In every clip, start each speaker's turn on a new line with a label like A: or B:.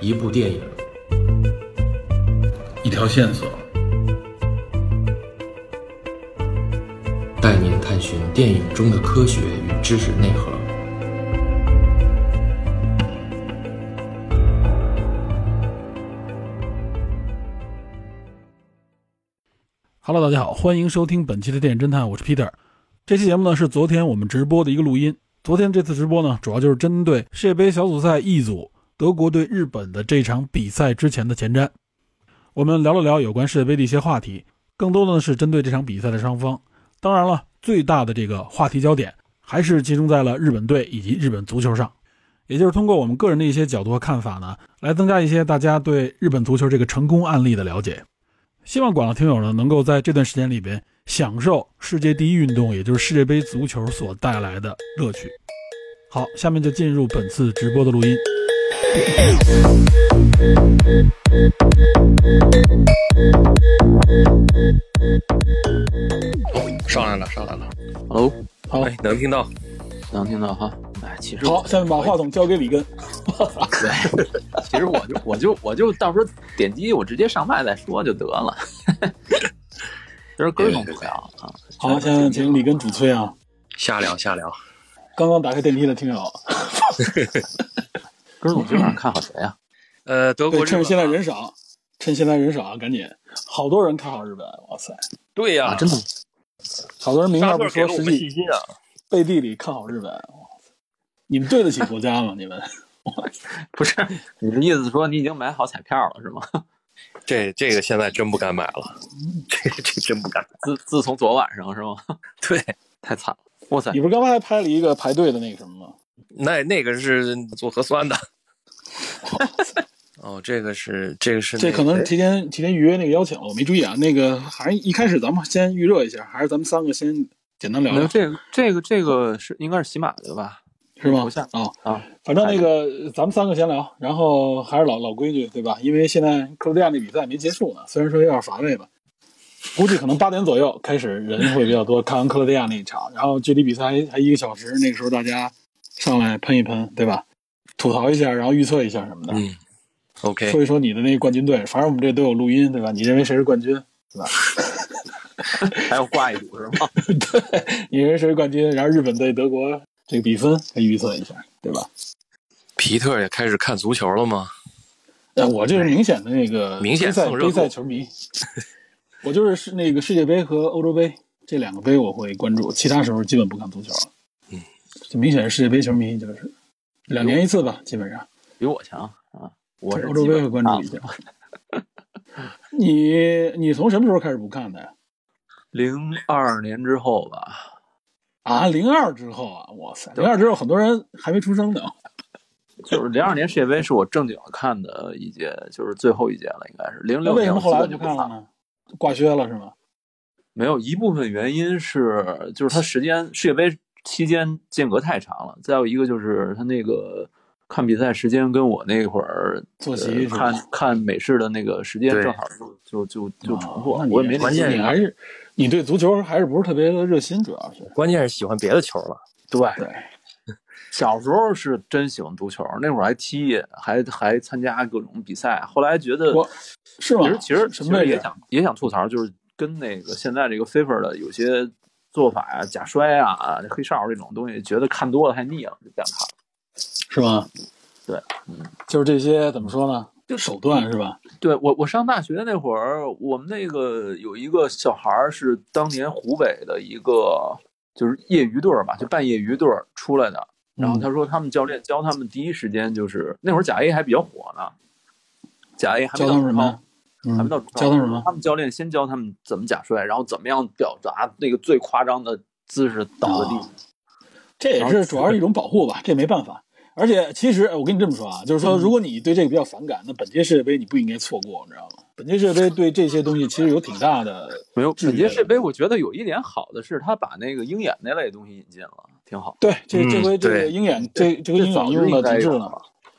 A: 一部电影，
B: 一条线索，
A: 带您探寻电影中的科学与知识内核。
C: Hello，大家好，欢迎收听本期的电影侦探，我是 Peter。这期节目呢是昨天我们直播的一个录音。昨天这次直播呢，主要就是针对世界杯小组赛 E 组德国对日本的这场比赛之前的前瞻，我们聊了聊有关世界杯的一些话题，更多的呢是针对这场比赛的双方。当然了，最大的这个话题焦点还是集中在了日本队以及日本足球上，也就是通过我们个人的一些角度和看法呢，来增加一些大家对日本足球这个成功案例的了解。希望广大听友呢，能够在这段时间里边享受世界第一运动，也就是世界杯足球所带来的乐趣。好，下面就进入本次直播的录音。
D: 上来了，上来了，
E: Hello，
C: 好
D: 哎，能听到，
E: 能听到哈？哎，其实
C: 好，下面把话筒交给里根。
E: 其实我就我就我就到时候点击我直接上麦再说就得了， 今儿根儿动不了啊。
C: 好，现在请里根主催啊。
D: 瞎聊瞎聊。
C: 刚刚打开电梯的听友，
E: 根儿总今晚看好谁 啊呀、
D: 呃，德
C: 对，
D: 国
C: 趁着
D: 日
C: 现在
D: 本啊，
C: 人少，趁现在人少啊，赶紧，好多人看好日本，哇塞，
D: 对
E: 啊？
D: 呀，
E: 真的
C: 好多人明
D: 沙
C: 面不
D: 特给
C: 说，
D: 了我
C: 实
D: 们
C: 际
D: 信心啊。
C: 背地里看好日本，哇塞，你们对得起国家吗？你们？
E: 不是你的意思，说你已经买好彩票了是吗？
D: 这这个现在真不敢买了，
C: 嗯
D: 这这真不敢。
E: 自自从昨晚上是吗？
D: 对，
E: 太惨了，哇塞
C: 你！不是刚才还拍了一个排队的那个什么吗？
D: 那那个是做核酸 的。哦，这个是这个是
C: 这
D: 那
C: 可
E: 哎
C: 能是
D: 个
C: 提前提前预约那个邀请了，我没注意啊。那个还是一开始咱们先预热一下，还是咱们三个先简单聊
E: 没有
C: 聊，
E: 这个这个这个是应该是喜马的吧？
C: 是吗
E: 不像？
C: 啊
E: 啊，
C: 反正那个咱们三个先聊，然后还是老老规矩，对吧？因为现在克罗地亚那比赛没结束呢，虽然说有点乏味吧，估计可能八点左右开始人会比较多，看完克罗地亚那一场，然后距离比赛还还一个小时，那个时候大家上来喷一喷，对吧？吐槽一下，然后预测一下什么的。
D: 嗯 OK，
C: 说一说你的那个冠军队，反正我们这都有录音，对吧？你认为谁是冠军？
E: 还要挂一组是 吗？
C: 你认为谁是冠军？然后日本对德国这个比分可以预测一下，对吧？
D: 皮特也开始看足球了吗？
C: 但我这是明显的那个
E: 嗯
D: 明显
C: 杯赛
D: 蹭热度
C: 杯赛球迷，我就是是那个世界杯和欧洲杯这两个杯我会关注，其他时候基本不看足球了。
D: 嗯，
C: 这明显是世界杯球迷，就是两年一次吧，基本上。
E: 比我强啊！我是
C: 欧洲
E: 基
C: 杯
E: 本啊
C: 会关注一下。你你从什么时候开始不看的呀？
E: 零二年之后吧，
C: 啊，零二之后啊，哇塞，零二之后很多人还没出生呢。
E: 就是零二年世界杯是我正经看的一届，就是最后一届了，应该是零
C: 那
E: 六
C: 为什
E: 年
C: 么
E: 我
C: 后
E: 基
C: 来
E: 本就
C: 看
E: 看
C: 了。呢？挂靴了是吗？
E: 没有一部分原因是，就是它时间世界杯期间间隔太长了，再有一个就是它那个看比赛时间跟我那会儿
C: 坐
E: 呃
C: 席是吧
E: 看？看美式的那个时间
D: 对
E: 正好就就就就重复
C: 啊
E: 了，
C: 那
E: 我也没
C: 关
D: 关
C: 键
D: 键是
C: 你还是你对足球还是不是特别的热心，主要是
D: 关键是喜欢别的球了。
E: 对
C: 对。
E: 小时候是真喜欢足球，那会儿还踢，还还参加各种比赛。后来觉得
C: 我是吗？
E: 其实其实
C: 什
E: 其
C: 么位
E: 实
C: 置
E: 也想也想吐槽，就是跟那个现在这个 FIFA 的有些做法呀、假摔啊、黑哨这种东西，觉得看多了太腻了，就不想看了。
C: 是吗？
E: 对，
C: 就是这些怎么说呢？
E: 就
C: 手段是吧？
E: 对我我上大学那会儿，我们那个有一个小孩儿是当年湖北的一个就是业余队儿吧，就半业余队儿出来的。然后他说他们教练教他们第一时间就是那会儿甲 A 还比较火呢，甲 A 还没
C: 教
E: 到
C: 他们什
E: 中超
C: 么？。嗯
E: 还没到中
C: 教他们什么
E: 他们教练先教他们怎么假摔，然后怎么样表达那个最夸张的姿势倒在地。
C: 哦这也是主要是一种保护吧，这没办法。而且其实呃我跟你这么说啊，就是
E: 嗯
C: 说，如果你对这个比较反感，那本届世界杯你不应该错过，你知道吗？本届世界杯对这些东西其实有挺大的，
E: 没有，
C: 是的
E: 本届世界杯我觉得有一点好的是，他把那个鹰眼那类东西引进了，挺好。
C: 对，这这
D: 嗯
C: 回这个
D: 对
C: 鹰眼这这个鹰眼用的极致了。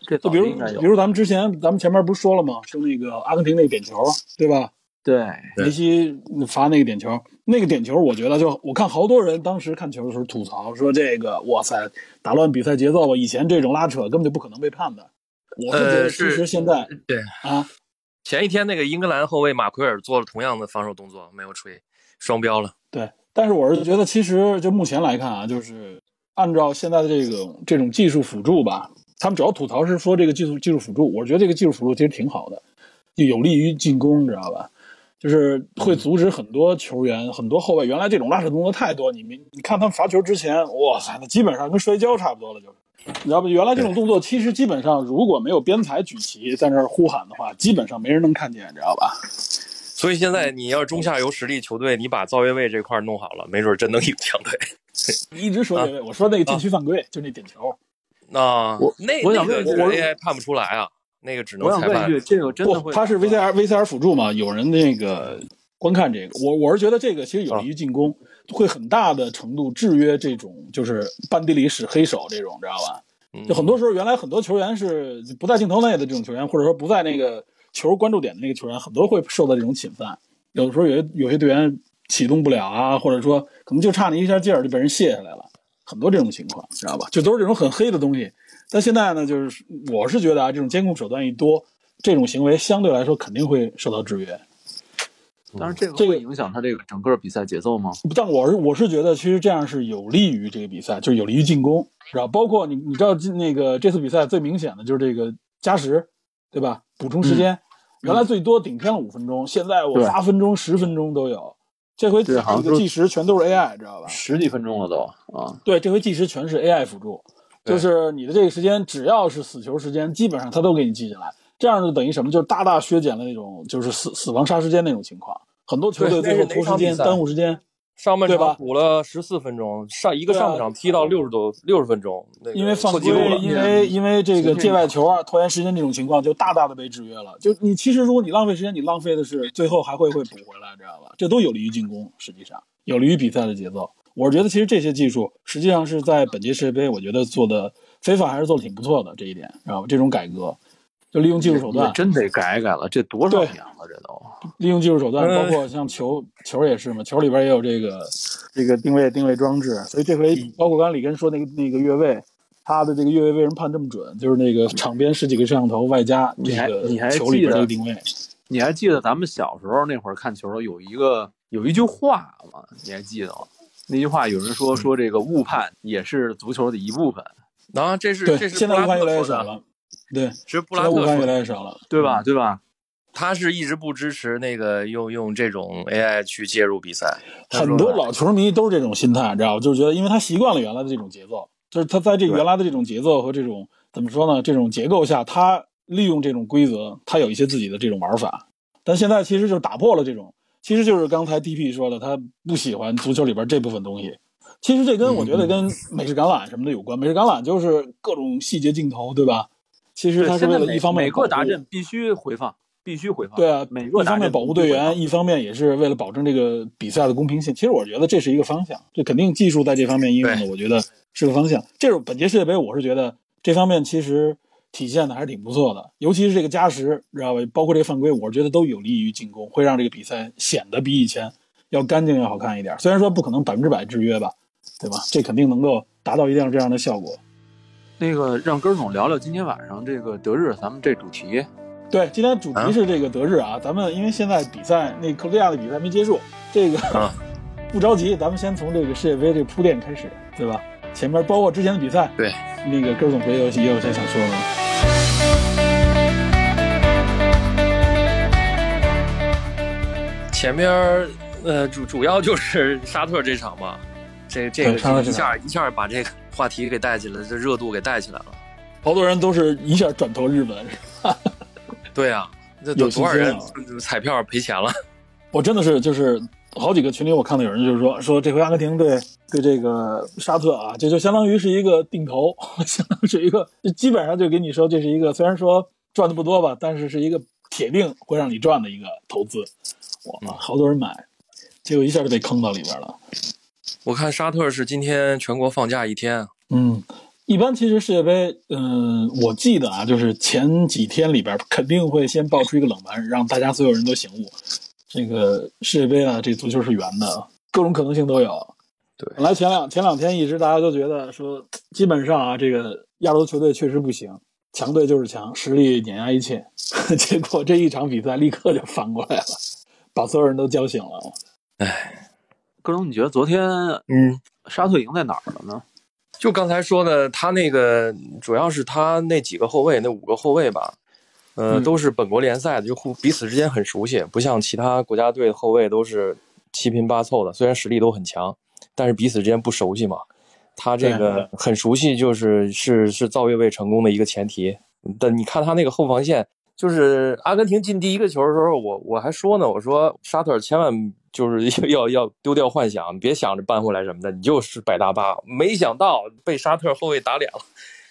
E: 这
C: 就
E: 早
C: 比
E: 就
C: 如
E: 应该有
C: 比。如咱们之前咱们前面不是说了吗？说那个阿根廷那个点球，对吧？
E: 对，
D: 对
C: 梅西罚那个点球，那个点球，我觉得就我看好多人当时看球的时候吐槽说这个，哇塞，打乱比赛节奏吧！以前这种拉扯根本就不可能被判的。我是觉得
D: 呃
C: 其实
D: 是
C: 现在
D: 对
C: 啊，
D: 前一天那个英格兰后卫马奎尔做了同样的防守动作，没有吹，双标了。
C: 对，但是我是觉得，其实就目前来看啊，就是按照现在的这种这种技术辅助吧，他们主要吐槽是说这个技术技术辅助，我觉得这个技术辅助其实挺好的，就有利于进攻，你知道吧？就是会阻止很多球员、很多后卫原来这种拉扯动作太多，你没你看他们罚球之前，哇塞，那基本上跟摔跤差不多了，就是。你知道吧？原来这种动作其实基本上如果没有边裁举旗在那儿呼喊的话，基本上没人能看见，你知道吧？
D: 所以现在
C: 嗯
D: 你要是中下游实力球队，你把造越位这块儿弄好了，没准儿真能赢强队。
C: 一直说这位，我说那个禁区犯规，就那点球，
D: 那
E: 我
D: 那
E: 我
D: 那
E: 想
D: 个
E: 问我
D: AI 判不出来啊，那个只能
E: 我想
D: 裁
E: 问一
D: 判
E: 句，这个真的
C: 不，
E: 会？
C: 它是 VCR VCR 辅助嘛？有人那个观看这个，我我是觉得这个其实有利于进攻，会很大的程度制约这种就是半地里使黑手这种，知道
D: 嗯
C: 吧？就很多时候原来很多球员是不在镜头内的这种球员，或者说不在那个球关注点的那个球员，很多会受到这种侵犯。有的时候有些有些队员启动不了啊，或者说可能就差那一下劲儿就被人卸下来了，很多这种情况，知道吧？就都是这种很黑的东西。但现在呢，就是我是觉得啊，这种监控手段一多，这种行为相对来说肯定会受到制约。
E: 当然这个
C: 这个
E: 会影响他这个整个比赛节奏吗？
C: 但我是我是觉得，其实这样是有利于这个比赛，就是有利于进攻，是吧？包括你你知道进那个这次比赛最明显的就是这个加时，对吧？补充
D: 嗯
C: 时间，原来最多顶天了五分钟，现在我
E: 对
C: 八分钟、十分钟都有。这回
E: 对
C: 这
E: 好像
C: 个
E: 说
C: 计时全都是 AI，知道吧？
E: 十几分钟了都啊，
C: 对，这回计时全是 AI 辅助，
D: 对
C: 就是你的这个时间，只要是死球时间，基本上它都给你记进来。这样就等于什么？就是大大削减了那种就是死死亡杀时间那种情况。很多球队
D: 对
C: 最
D: 那
C: 后
D: 是哪
C: 拖时
D: 场
C: 间、
D: 比赛
C: 耽误时间，
D: 上半
C: 对吧
D: 场补了十四分钟，上一个
C: 对啊
D: 上半场踢到六十多六十分钟，那个
C: 因为犯
D: 破
C: 规
D: 纪录了，。
C: 因为因为这个
E: 随便
C: 界外球啊、拖延时间这种情况，就大大的被制约了。就你其实如果你浪费时间，你浪费的是最后还会会补回来，知道吧？这都有利于进攻，实际上有利于比赛的节奏。我觉得其实这些技术实际上是在本届世界杯，我觉得做的非法还是做的挺不错的这一点，知道吧？这种改革，就利用技术手
E: 也
C: 段，
E: 真得改改了，这多少
C: 对
E: 年了，啊这都
C: 利用技术手段，
D: 嗯
C: 包括像球球也是嘛，球里边也有这个这个定位定位装置，所以这回
D: 嗯
C: 包括刚才李根说那个那个越位，他的这个越位为什么判这么准？就是那
D: 嗯
C: 个场边十几个摄像头，外加这
E: 你还
C: 个
E: 你还
C: 球里边
E: 记得
C: 这个定位，
E: 你还记得咱们小时候那会儿看球有一个有一句话吗？你还记得吗？那句话有人
C: 嗯
E: 说说这个误判也是足球的一部分，
D: 啊，这是这
C: 对，
D: 是
C: 现在
D: 布
C: 误
D: 拉
C: 判越来
D: 特
C: 越
D: 说
C: 少
D: 的，
C: 了，对，啊现
D: 是布拉
C: 在误
D: 特
C: 判
D: 说
C: 越
D: 的，
C: 来越少了，
E: 对吧？对吧？
D: 他是一直不支持那个用用这种 AI 去介入比赛，他说
C: 很多
D: 的
C: 老球迷都是这种心态，你知道吧？就是觉得，因为他习惯了原来的这种节奏，就是他在这
D: 对
C: 原来的这种节奏和这种怎么说呢？这种结构下，他利用这种规则，他有一些自己的这种玩法。但现在其实就是打破了这种，其实就是刚才 DP 说的，他不喜欢足球里边这部分东西。其实这跟我觉
E: 嗯
C: 得跟美式橄榄什么的有关，美式橄榄就是各种细节镜头，对吧？其实
E: 对，
C: 它是
E: 现在
C: 为了
E: 每
C: 一方面
E: 每个
C: 保
E: 达
C: 护
E: 阵必须回放，必须回放。
C: 对啊，
E: 每
C: 一
E: 个达
C: 方
E: 阵
C: 面保护队
E: 必须回
C: 员，
E: 放
C: 一方面也是为了保证这个比赛的公平性。其实我觉得这是一个方向，这肯定技术在这方面应用的，
D: 对
C: 我觉得是个方向。这种本届世界杯，我是觉得这方面其实体现的还是挺不错的，尤其是这个加时，知道吧？包括这个犯规，我觉得都有利于进攻，会让这个比赛显得比以前要干净、要好看一点。虽然说不可能百分之百制约吧，对吧？这肯定能够达到一定这样的效果。
E: 那个让根儿总聊聊今天晚上这个德日咱们这主题。
C: 对，今天主题是这个德日啊，咱们因为现在比赛那克罗地亚的比赛没结束，这个、
D: 啊
C: 不着急，咱们先从这个世界杯这个铺垫开始，对吧？前面包括之前的比赛，
D: 对，
C: 那个根儿总回有也有谁想说的吗？
D: 前面儿呃主主要就是沙特这场嘛，这这
C: 对沙特
D: 个
C: 这
D: 一下一下把这个话题给带起来，这热度给带起来了。
C: 好多人都是一下转投日本，
D: 对啊，这
C: 有
D: 多
C: 信
D: 多少
C: 心
D: 人
C: 啊
D: 彩票赔钱了？
C: 我真的是就是好几个群里我看到有人就是说说这回阿根廷对对这个沙特啊，这就相当于是一个定投， 相当于是一个基本上就给你说这是一个虽然说赚的不多吧，但是是一个铁定会让你赚的一个投资，哇，好多人买，结果一下就被坑到里边了。
D: 我看沙特是今天全国放假一天，啊
C: 嗯，一般其实世界杯，嗯、我记得啊，就是前几天里边肯定会先爆出一个冷门，让大家所有人都醒悟，这个世界杯啊，这足球是圆的，各种可能性都有。
D: 对
C: 本来前两前两天一直大家都觉得说，基本上啊，这个亚洲球队确实不行，强队就是强，实力碾压一切。 结果这一场比赛立刻就翻过来了，把所有人都叫醒了。
E: 戈登，你觉得昨天
A: 嗯，
E: 沙特赢在哪儿了呢？
A: 就刚才说的，他那个主要是他那几个后卫，那五个后卫吧，呃，
C: 嗯
A: 都是本国联赛的，就互彼此之间很熟悉，不像其他国家队的后卫都是七拼八凑的，虽然实力都很强，但是彼此之间不熟悉嘛。他这个很熟悉，就是是是造越位成功的一个前提。但你看他那个后防线，就是阿根廷进第一个球的时候，我我还说呢，我说沙特尔千万就是 要要丢掉幻想，别想着扳回来什么的，你就是摆大巴。没想到被沙特后卫打脸了，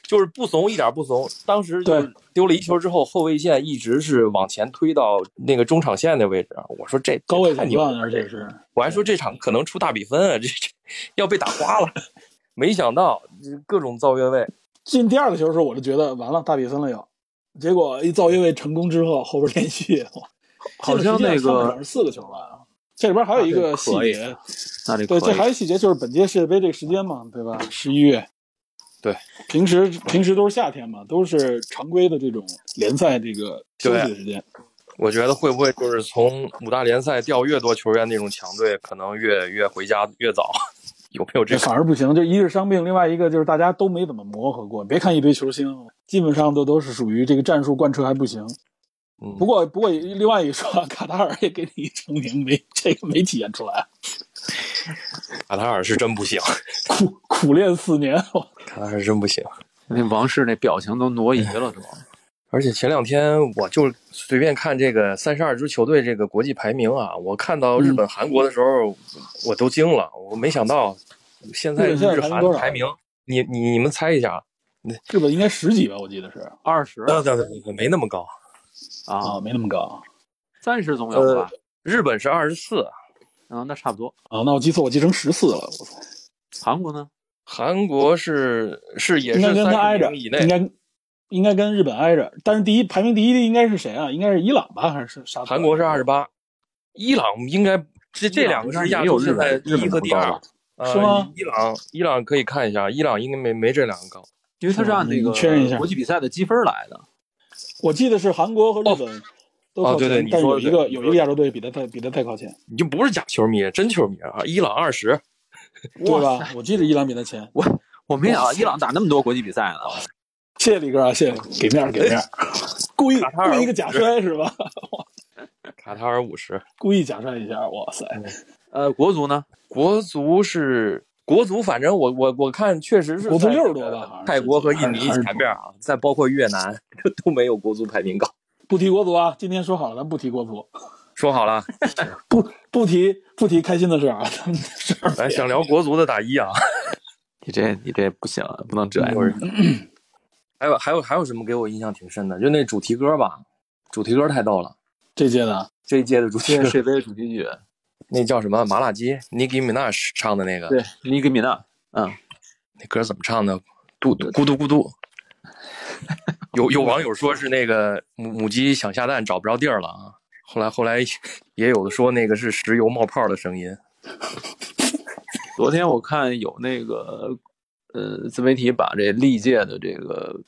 A: 就是不怂，一点不怂。当时就是
C: 对
A: 丢了一球之后，后卫线一直是往前推到那个中场线的位置。我说这
C: 高位
A: 太
C: 垄
A: 牛了
C: 断，而且啊是
A: 我还说这场可能出大比分啊，这 这要被打花了。没想到这各种造越位，
C: 进第二个球的时候，我就觉得完了，大比分了又。结果一造越位成功之后，后边连续哇
E: 好像那个啊
C: 四个球吧。这里边还有一个细
E: 可以
C: 节，
E: 那里
C: 对，
E: 可以
C: 这还有细节就是本届世界杯这个时间嘛，对吧？十一月。
A: 对，
C: 平时平时都是夏天嘛，都是常规的这种联赛这个休息的时间。
A: 我觉得会不会就是从五大联赛调越多球员那种强队，可能越越回家越早？有没有这
C: 这
A: 个？
C: 反而不行，这一是伤病，另外一个就是大家都没怎么磨合过。别看一堆球星，基本上都都是属于这个战术贯彻还不行。
A: 嗯
C: 不过不过也，另外一说，卡塔尔也给你证明没这个没体现出来，
A: 卡塔尔是真不行，
C: 苦苦练四年，
A: 卡塔尔是真不行。
E: 那王室那表情都挪移了，都。
A: 而且前两天我就随便看这个三十二支球队这个国际排名啊，我看到日本、韩国的时候，我都惊了，我没想到现在
C: 日本现在
A: 日
C: 排名
A: 韩
C: 多少
A: 排名，你你你们猜一下？
C: 日本应该十几吧，我记得是
E: 二十
C: 呃
A: 那那那没那么高，
E: 啊
C: 啊，，没那么高
E: 三十总有吧？
A: 日本是二十四，
E: 啊，那差不多。
C: 啊。那我记错，我记成十四了，我操，
E: 韩国呢？
A: 韩国是是也
C: 应
A: 是
C: 该跟他挨
A: 三十
C: 着，
A: 名以
C: 应
A: 内，
C: 该应该跟日本挨着。但是第一排名第一的应该是谁啊？应该是伊朗吧，还是沙特？
A: 韩国是二十八，伊朗应该这这两个啊是亚洲现在第一和第二，呃
C: 啊是吗？
A: 伊朗伊朗可以看一下，伊朗应该没没这两个高。
E: 因为它是按那个
C: 你确认一下
E: 国际比赛的积分来的。
C: 我记得是韩国和日本都靠
A: 哦对对
C: 前
A: 你
C: 但有
A: 说的
C: 一个
A: 对
C: 有一个亚洲队比他太比他太靠前，
A: 你就不是假球迷，真球迷啊！伊朗二十，
C: 对
E: 哇
C: 吧？我记得伊朗比他前。
E: 我没想到伊朗打那么多国际比赛呢。
C: 谢谢李哥啊，谢谢，给面儿给面儿， 故意
A: 卡塔尔
C: 故意一个假摔是吧？
A: 卡塔尔五十。
C: 故意假摔一下，哇塞！
A: 嗯
E: 呃，国足呢？
A: 国足是国足，反正我我我看确实是
C: 国足
A: 在
C: 60
A: 这
C: 多
A: 个
C: 吧好像
A: 泰国和印尼
C: 是还是
A: 前面啊，再包括越南 都没有国足排名高。
C: 不提国足啊，今天说好了，咱不提国足，
A: 说好了，
C: 不不提不提开心的事儿啊，咱们这事儿
A: 来想聊国足的打一啊，
E: 你这你这不行，不能这样。
A: 还有还有还有什么给我印象挺深的？就那主题歌吧，主题歌太逗了。
C: 这届的
A: 这一届的主题
E: 这
A: 歌
E: 是世界杯主题曲，
A: 那叫什么？麻辣鸡，Nicki Minaj 唱的那个，
E: 对，尼格米娜，嗯，
A: 那歌怎么唱的？嘟嘟咕嘟 咕嘟。有有网友说是那个母母鸡想下蛋找不着地儿了啊。后来后来也有的说那个是石油冒泡的声音。
E: 昨天我看有那个呃自媒体把这历届的这个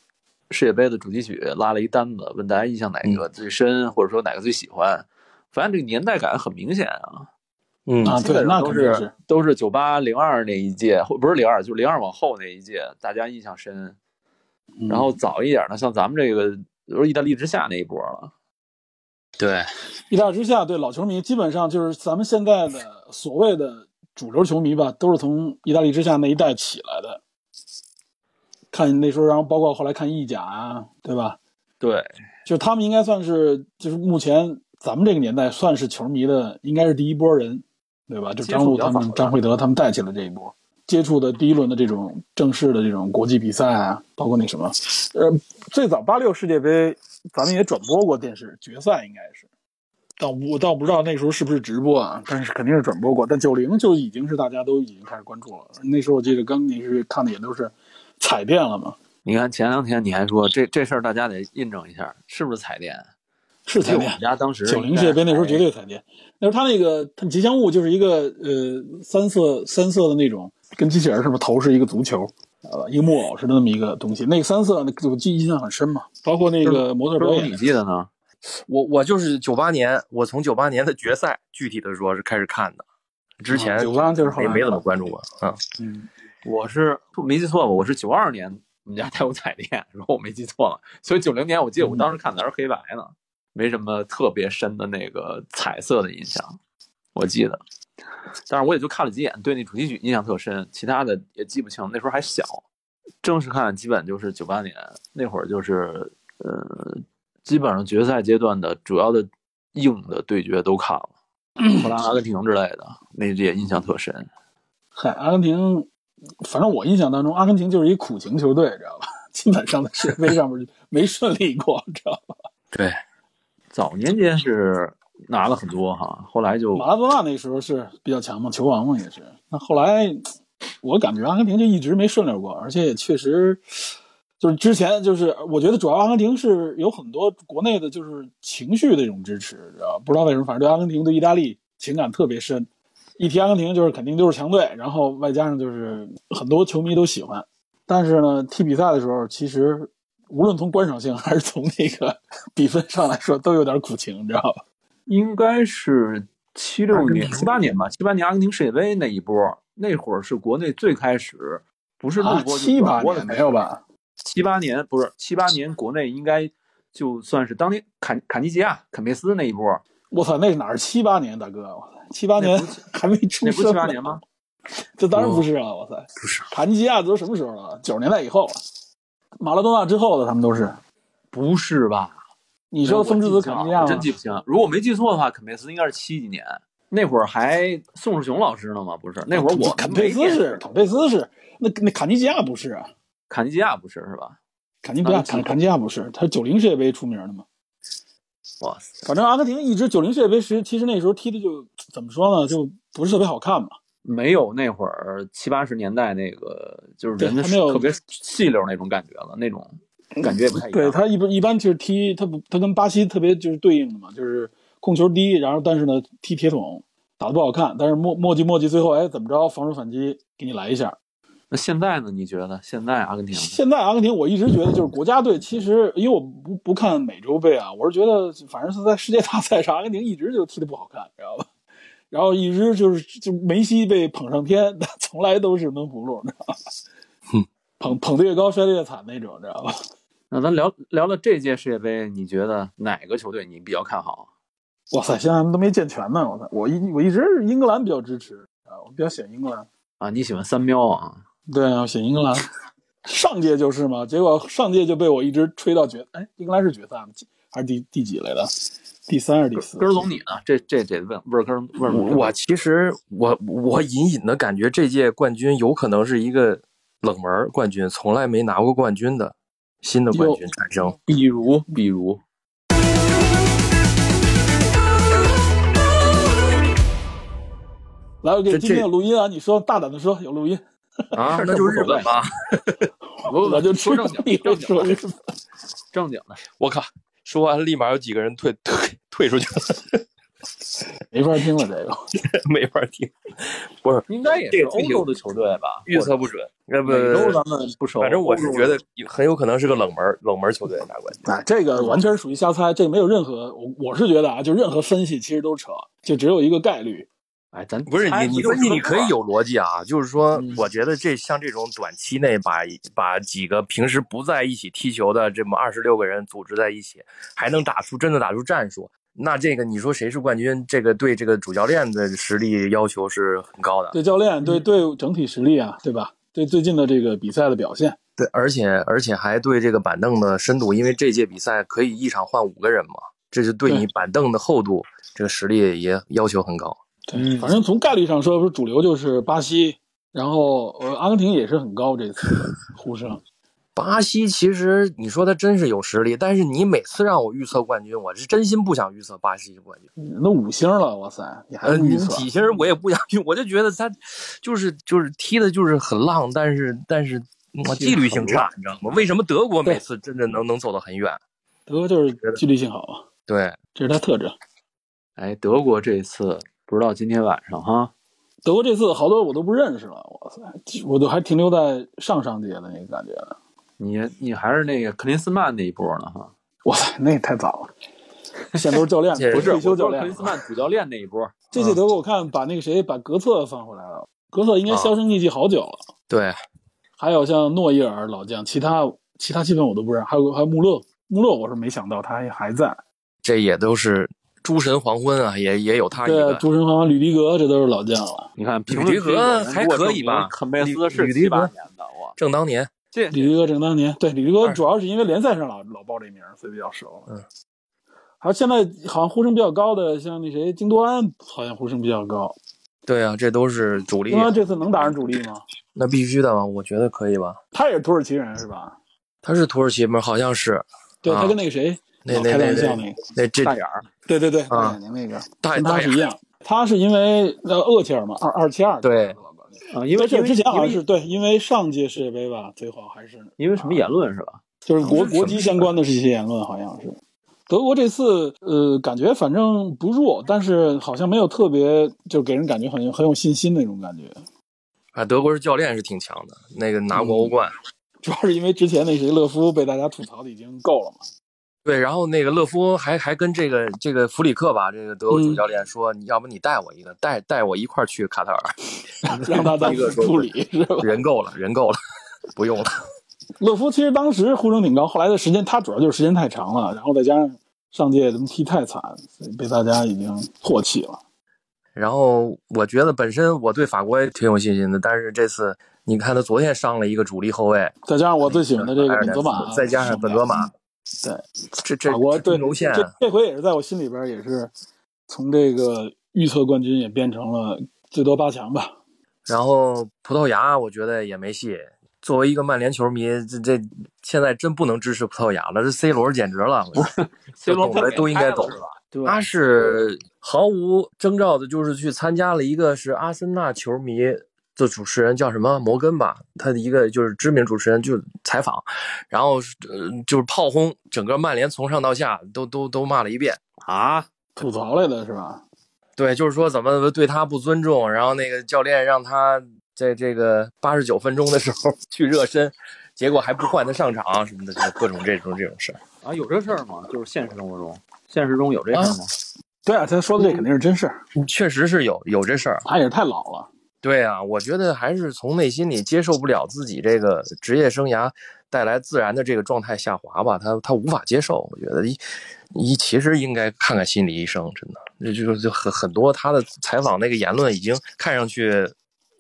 E: 世界杯的主题曲拉了一单子，问大家印象哪个最深，或者说哪个最喜欢。发现这个年代感很明显啊，
A: 嗯
C: 啊，
E: 基
C: 对，
E: 本
C: 那
E: 上
C: 肯
E: 都
C: 定
E: 是
C: 是
E: 都是九八零二那一届，或不是零二，就是零二往后那一届，大家印象深。
C: 嗯
E: 然后早一点呢，像咱们这个，比如意大利之夏那一波了，
A: 对，
C: 一大之下，对老球迷基本上就是咱们现在的所谓的主流球迷吧，都是从意大利之下那一代起来的。看那时候，然后包括后来看意甲啊，对吧？
E: 对，
C: 就是他们应该算是，就是目前咱们这个年代算是球迷的，应该是第一波人，对吧？就张璐他
E: 接触比较
C: 们、
E: 早
C: 张惠德他们带起了这一波，接触的第一轮的这种正式的这种国际比赛啊，包括那什么，呃，最早八六世界杯咱们也转播过电视决赛，应该是，但我倒不知道那时候是不是直播啊，但是肯定是转播过。但九零就已经是大家都已经开始关注了，那时候我记得刚你是看的也都是彩电了嘛，
E: 你看前两天你还说这这事儿，大家得印证一下，是不是彩电？
C: 是彩
E: 我
C: 电
E: 们。家当时哎
C: 九零世界杯那时候绝
E: 对
C: 对彩电，那时候他那个他吉祥物就是一个呃三色三色的那种，跟机器人似的头是一个足球，呃一个木偶似的那么一个东西。那个三色，那个我记忆印象很深嘛，包括那个模特表
E: 周
C: 演
E: 你，记得呢？
A: 我我就是九八年，我从九八年的决赛具体的说是开始看的，之前
C: 啊九八就是后
A: 没
C: 来
A: 没怎么关注过。嗯，
C: 嗯，
E: 我是没记错吧？我是九二年我们家带我彩电，如果我没记错了，所以九零年我记得我当时看的还是黑白呢，没什么特别深的那个彩色的印象，我记得。但是我也就看了几眼，对那主题曲印象特深，其他的也记不清。那时候还小，正式看基本就是九八年那会儿，就是呃，基本上决赛阶段的主要的硬的对决都看了，后来阿根廷之类的，那也印象特深。
C: 嗨，阿根廷，反正我印象当中，阿根廷就是一苦情球队，知道吧？ 基本上在世界杯上面就没顺利过，知道吧？
A: 对，
E: 早年间是拿了很多哈，后来就
C: 马拉多纳那时候是比较强嘛，球王嘛也是。那后来，我感觉阿根廷就一直没顺溜过，而且也确实，就是之前就是我觉得主要阿根廷是有很多国内的就是情绪的一种支持，知道吧不知道为什么，反正对阿根廷对意大利情感特别深。一提阿根廷就是肯定就是强队，然后外加上就是很多球迷都喜欢。但是呢，踢比赛的时候，其实无论从观赏性还是从那个 比分上来说，都有点苦情，你知道吧？
E: 应该是七六年、七八年吧，七八年阿根廷世界杯那一波，那会儿是国内最开始不是录
C: 啊，
E: 播
C: 七八年
E: 没
C: 没
E: 有
C: 有吧？
E: 七八年不是七八年国内应该就算是当年坎坎尼基亚、肯佩斯那一波，
C: 我操，那是哪儿？七八年，大哥，我操，七八年
E: 那不是
C: 还没出
E: 那不是
C: 生，
E: 七八 年吗？？
C: 这当然不是啊，我操，
A: 不是
C: 盘尼基亚都什么时候了？九十年代以后了，马拉多纳之后的他们都是。
E: 不是吧？
C: 你说风之子
E: 肯
C: 肯尼亚吗
E: 真记不清。啊如果没记错的话，肯佩斯应该是七几年，那会儿还宋世雄老师呢嘛，不是？那会儿我
C: 肯佩斯
E: 没
C: 是，肯佩斯是，那那坎尼基亚不是啊？
E: 坎尼基亚不是是吧？
C: 坎尼基亚，
E: 啊
C: 坎坎尼基亚不是，他是九零世界杯出名的嘛。
E: 哇塞！
C: 反正阿根廷一直九零世界杯时，其实那时候踢的就怎么说呢，就不是特别好看嘛。
E: 没有那会儿七八十年代那个，就是人
C: 对
E: 的
C: 他没有
E: 特别细溜那种感觉了，那种感觉也不太一样。
C: 对他一般一般就是踢他不他跟巴西特别就是对应的嘛，就是控球低，然后但是呢踢铁桶打得不好看，但是磨磨叽磨叽，最后哎怎么着防守反击给你来一下。
E: 那现在呢？你觉得现在阿根廷
C: 现在阿根廷我一直觉得就是国家队，其实因为我不不看美洲杯啊，我是觉得反正是在世界大赛上阿根廷一直就踢得不好看，知道吧？然后一直就是就梅西被捧上天， 但从来都是闷葫芦，你知道吧？捧捧得越高摔得越惨那种，知道吧？
E: 那咱聊聊聊这届世界杯，你觉得哪个球队你比较看好？
C: 哇塞，现在他们都没健全呢！我操，我一我一直是英格兰比较支持啊，我比较喜欢英格兰。
E: 啊，你喜欢三喵啊？
C: 对啊，我喜欢英格兰。 上届就是嘛，结果上届就被我一直吹到决，哎，英格兰是决赛吗？几还是第第几来的？第三还是第四？
E: 根儿总你呢？这这得问问根儿问问
A: 我其实我我隐隐的感觉这届冠军有可能是一个冷门儿冠军，从来没拿过冠军的新的冠军产 生。
E: 比如比如
C: 来，我给
A: 这
C: 今天
A: 这
C: 有录音啊，你说大胆的说有录音，
A: 啊，
E: 这
A: 那就日本吧。
E: 不
C: 我就
E: 说
C: 知道
E: 正经
C: 你
E: 正
C: 会
E: 经
C: 说
E: 的
C: 日 本。
E: 正经的，
A: 我靠！说完立马有几个人退退退出去了，
C: 没法听了这个。
A: 没法听，
E: 应该也
A: 这
E: 是
A: 个
E: 欧洲的球队吧？
A: 预测不准。那不，
E: 美洲咱们不熟，
A: 反正我是
E: 欧洲
A: 觉得很有可能是个冷门儿冷门儿球队拿冠军。
C: 哎，这个完全是属于瞎猜，这个没有任何，我我是觉得啊，就任何分析其实都扯，就只有一个概率。
E: 哎，咱
A: 不是
E: 哎
A: 你，你
E: 就
A: 分析
E: 说
A: 你可以有逻辑啊，就是说
C: 嗯，
A: 我觉得这像这种短期内把把几个平时不在一起踢球的这么二十六个人组织在一起，还能打出真的打出战术，那这个你说谁是冠军？这个对这个主教练的实力要求是很高的。
C: 对教练，对对整体实力啊，对吧？对最近的这个比赛的表现。
A: 对，而且而且还对这个板凳的深度，因为这届比赛可以一场换五个人嘛，这就对你板凳的厚度这个实力也要求很高。
E: 嗯
C: 对，反正从概率上说，说主流就是巴西，然后呃，阿根廷也是很高这次的呼声。
A: 巴西其实你说他真是有实力，但是你每次让我预测冠军，我是真心不想预测巴西冠军。
C: 那嗯五星了，哇塞，你还
A: 呃，
C: 不
A: 你
C: 预测？
A: 几星儿我也不想预，我就觉得他就是就是踢的就是很浪，但是但是嗯
E: 踢得
A: 纪律性
E: 很
A: 差，你知道吗？为什么德国
C: 嗯对
A: 每次真的能能走得很远？
C: 德国就是纪律性好啊，
A: 对，
C: 这是他特征。
E: 哎，德国这次不知道今天晚上哈，
C: 德国这次好多我都不认识了，哇塞，我都还停留在上上届的那个感觉呢。
E: 你你还是那个克林斯曼那一波呢哈？
C: 哇塞，那也太早了，现在都是 教练，
A: 这
C: 不
E: 不
C: 是
E: 是，
C: 退休
E: 我
C: 教
E: 说
C: 练啊
E: 克林
C: 了。
E: 斯曼主嗯教练那一波，
C: 这届德国我看把那个谁把格策放回来了，格策
E: 啊
C: 应该销声匿迹好久了。
A: 对，
C: 还有像诺伊尔老将，其他其他基本我都不认，还有还有穆勒，穆勒我是没想到他还还在。
A: 这也都是诸神黄昏啊，也也有他一
C: 对啊，
A: 个。
C: 朱晨豪、吕迪格这都是老将了。
E: 你看评
A: 吕
E: 论
A: 迪
E: 区有
A: 格
E: 人
A: 还
E: 给我
A: 可
E: 证
A: 以
E: 明
A: 吧
E: 肯贝
A: 吕
E: 斯是
A: 吕迪
E: 七八
A: 格
E: 年的，我
A: 正当年，
E: 这
C: 吕迪格正当年，对吕迪格
A: 二
C: 主要是因为联赛上老老报这名儿，所以比较熟。
A: 嗯，
C: 还有现在好像呼声比较高的，像那谁京多安，好像呼声比较高。
A: 对啊，这都是主力
C: 京，多安这次能打上主力吗？
A: 那必须的嘛，我觉得可以吧。
C: 他也是土耳其人是吧？
A: 他是土耳其吗？好像是
C: 对
A: 啊
C: 他跟那个谁
A: 那
C: 老
A: 那
C: 哦开
A: 那
C: 玩笑
A: 那
C: 那个，
A: 那这
E: 大眼儿，
C: 对对对，
A: 啊
C: 大眼睛那个
A: 大
C: 跟他
A: 大
C: 是一样。他是因为呃厄齐尔嘛，二二七二
A: 对
E: 啊，因为
C: 但是
E: 因为
C: 之前好像
E: 因
C: 是
E: 为
C: 对，因为上届世界杯吧，最后还是
E: 因为什么言论是吧？
C: 就是国
A: 是什么
C: 国籍相关的这些言论，好像是。德国这次呃，感觉反正不弱，但是好像没有特别，就给人感觉好像很有信心那种感觉。
A: 啊，德国是教练是挺强的，那个拿过
C: 嗯
A: 欧冠。
C: 主要是因为之前那谁勒夫被大家吐槽的已经够了嘛。
A: 对，然后那个勒夫还还跟这个这个弗里克吧，这个德国
C: 嗯
A: 主教练说，你要不你带我一个，带带我一块儿去卡塔尔，
C: 让他当
A: 一个说
C: 助理是吧？
A: 人够了，人够了， 不用了。
C: 勒夫其实当时呼声挺高，后来的时间他主要就是时间太长了，然后再加上上届他们踢太惨，所以被大家已经唾弃了。
A: 然后我觉得本身我对法国也挺有信心的，但是这次你看他昨天伤了一个主力后卫，
C: 再加上我最喜欢的这个
A: 埃尔
C: 本
A: 南
C: 泽马，
A: 再加上本泽马，
C: 对，
A: 这这
C: 法国对
A: 中轴线啊
C: 这这回也是在我心里边也是从这个预测冠军也变成了最多八强吧。
A: 然后葡萄牙，我觉得也没戏。作为一个曼联球迷，这这现在真不能支持葡萄牙了。这 C 罗简直了， 我觉得
E: C 罗
A: 懂的都应该啊懂。
E: 对
A: 他是毫无征兆的，就是去参加了一个是阿森纳球迷的主持人叫什么摩根吧，他的一个就是知名主持人就采访，然后是呃就是炮轰整个曼联从上到下都都都骂了一遍。
E: 啊，
C: 吐槽来的是吧？
A: 对，就是说怎么对他不尊重，然后那个教练让他在这个八十九分钟的时候去热身，结果还不换他上场什么的，就是各种这种这种事儿。
E: 啊，有这事儿吗？就是现实生活中，现实中有这事儿吗？
C: 对啊，他说的这肯定是真事儿，
A: 确实是有有这事儿。
C: 他也是太老了。
A: 对啊，我觉得还是从内心里接受不了自己这个职业生涯带来自然的这个状态下滑吧，他他无法接受。我觉得一一其实应该看看心理医生，真的，这就就很很多他的采访那个言论已经看上去，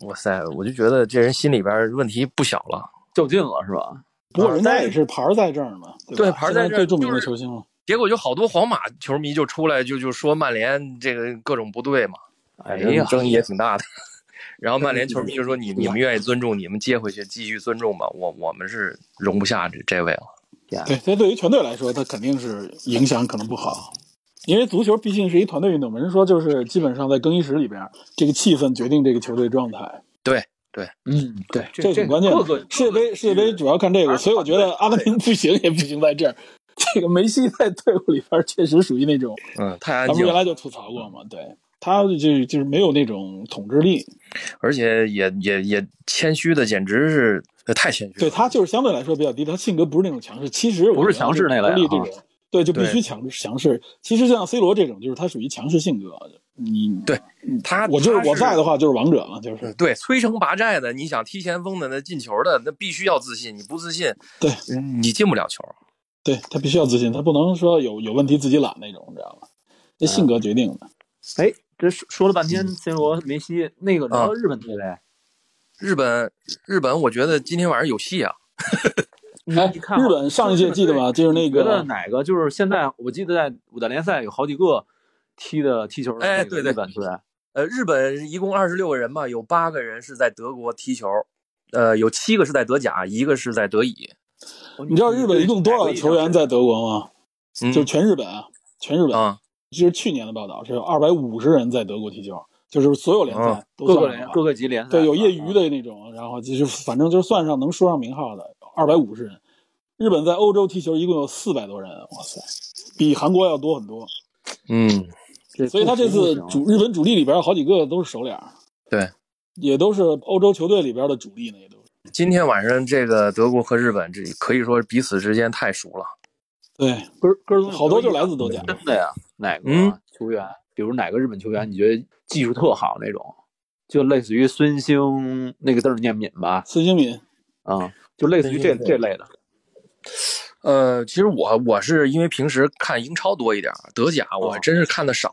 A: 哇塞，我就觉得这人心里边问题不小了。
E: 较劲了是吧？
C: 不过
A: 啊
C: 人家
A: 但
C: 也是牌儿在这儿嘛，
A: 对
C: 对吧
A: 牌儿在
C: 现
A: 这
C: 在
A: 儿
C: 最著名的
A: 就是
C: 球星了。
A: 结果就好多皇马球迷就出来就就说曼联这个各种不对嘛，
E: 哎呀，嗯
A: 争议也挺 大的。然后曼联球迷就说：“你你们愿意尊重，你们接回去继续尊重吧，我我们是容不下这这位了。”
C: 对，这对于全队来说，他肯定是影响可能不好，因为足球毕竟是一团队运动嘛。人说就是基本上在更衣室里边，这个气氛决定这个球队状态，
E: 嗯，对，
C: 这挺关键
E: 各
C: 的。
E: 个
C: 世界杯世界杯主要看这个，所以我觉得阿根廷不行也不行在这儿。这个梅西在队伍里边确实属于那种，
A: 嗯，太
C: 咱
A: 安
C: 们
A: 静
C: 原
A: 了，
C: 来就吐槽过嘛，对他就就是没有那种统治力，
A: 而且也也也谦虚的，简直是呃太谦虚了。
C: 对他就是相对来说比较低，他性格不是那种强势。其实我
E: 不是
C: 觉得
E: 强势那类啊
C: 力这种，对就必
A: 对
C: 须强强势。其实像 C 罗这种，就是他属于强势性格。你
A: 对他，
C: 我就是
A: 他嗯
C: 我在的话就是王者嘛，就是
A: 对摧城拔寨的，你想踢前锋的，那进球的，那必须要自信，你不自信，
C: 对
A: 嗯，你进不了球。
C: 对他必须要自信，他不能说有有问题自己懒那种，你知道吗？
E: 啊
C: 这性格决定的。
E: 哎，这说说了半天，C 罗、梅西，那个
A: 啊
E: 聊聊日本队呗。
A: 日本，日本，我觉得今天晚上有戏啊！
C: 哎，
E: 你看啊
C: 日本上一届记得吧？就是那
E: 你觉得
C: 个
A: 嗯
E: 哪个就是现在？我记得在五大联赛有好几个踢的踢球的
A: 哎对
E: 那个
A: 对
E: 日本队，
A: 呃，日本一共二十六个人嘛，有八个人是在德国踢球，呃，有七个是在德甲，一个是在德乙。
E: 哦
C: 你知道日本一共多少球员？在德国吗？
A: 嗯
C: 就是全日本，啊，全日本。
A: 啊，
C: 这是去年的报道，是有二百五十人在德国踢球，就是所有联赛
A: 啊
C: 都
E: 各
C: 算
E: 个
C: 上
E: 联
C: 吧
E: 各个级联赛，
C: 对，有业余的那种，然后就是反正就是算上能说上名号的，二百五十人。日本在欧洲踢球一共有四百多人，哇塞，比韩国要多很多。
A: 嗯，
E: 对，
C: 所以他这次
E: 不行
C: 主日本主力里边有好几个都是熟脸儿，
A: 对，
C: 也都是欧洲球队里边的主力呢，也都是。
A: 今天晚上这个德国和日本，这可以说是彼此之间太熟了。
C: 对，
E: 根儿根儿
C: 好多就来自德甲。
E: 真的呀，哪个
A: 嗯
E: 球员？比如哪个日本球员，你觉得技术特好那种，就类似于孙兴那个字儿念敏吧，
C: 孙兴敏，
E: 啊、就类似于这
A: 孙兴
E: 这类的。
A: 呃，其实我我是因为平时看英超多一点，德甲我还真是看的少。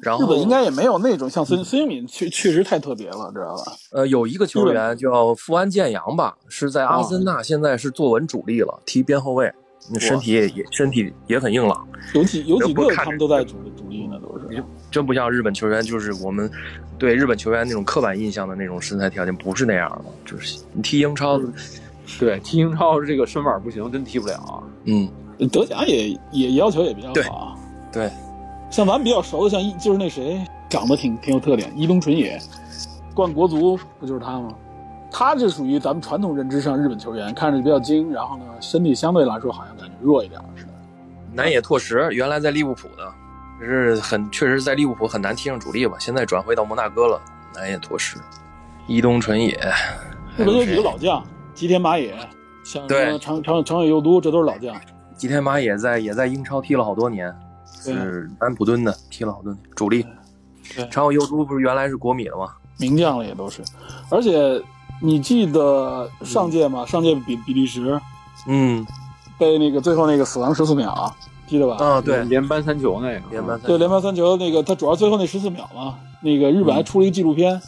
A: 然
C: 哦日
A: 后
C: 本应该也没有那种像孙孙兴敏，确确实太特别了，知道吧？
A: 呃，有一个球员叫富安健洋吧，是在阿
C: 哦
A: 森纳，现在是坐稳主力了，踢边后卫，那身体也也身体也很硬朗，
C: 有几有几
A: 我
C: 个
A: 看着
C: 他们都在主力主力呢，都是。
A: 真不像日本球员，就是我们对日本球员那种刻板印象的那种身材条件，不是那样的。就是你踢英超，
E: 对，踢英超这个身板不行，真踢不了啊。
A: 嗯，
C: 德甲也也要求也比较
A: 对
C: 好啊。
A: 对，
C: 像咱们比较熟的，像一就是那谁长得挺挺有特点，伊东纯也，冠国足不就是他吗？他就属于咱们传统认知上日本球员，看着比较精，然后呢，身体相对来说好像感觉弱一点似的。
A: 南野拓实原来在利物浦的，是很确实在利物浦很难踢上主力吧，现在转会到摩纳哥了。南野拓实、伊东纯也，
C: 日
A: 还
C: 本
A: 有
C: 有几个
A: 谁？
C: 老将，吉田麻也，像什么
A: 对
C: 长长长野佑都，这都是老将。
A: 吉田麻也在也在英超踢了好多年，
C: 对啊
A: 是安普敦的，踢了好多年主力
C: 对。
A: 长尾佑都不是原来是国米的吗？
C: 名将了也都是。而且你记得上届吗？上届比比利时
A: 嗯，
C: 被那个最后那个死亡十四秒啊，记得吧？
A: 啊对，
E: 连扳三球那个，
A: 联班赛
C: 嗯对，连扳三球那个，他主要最后那十四秒嘛，那个日本还出了一个纪录片、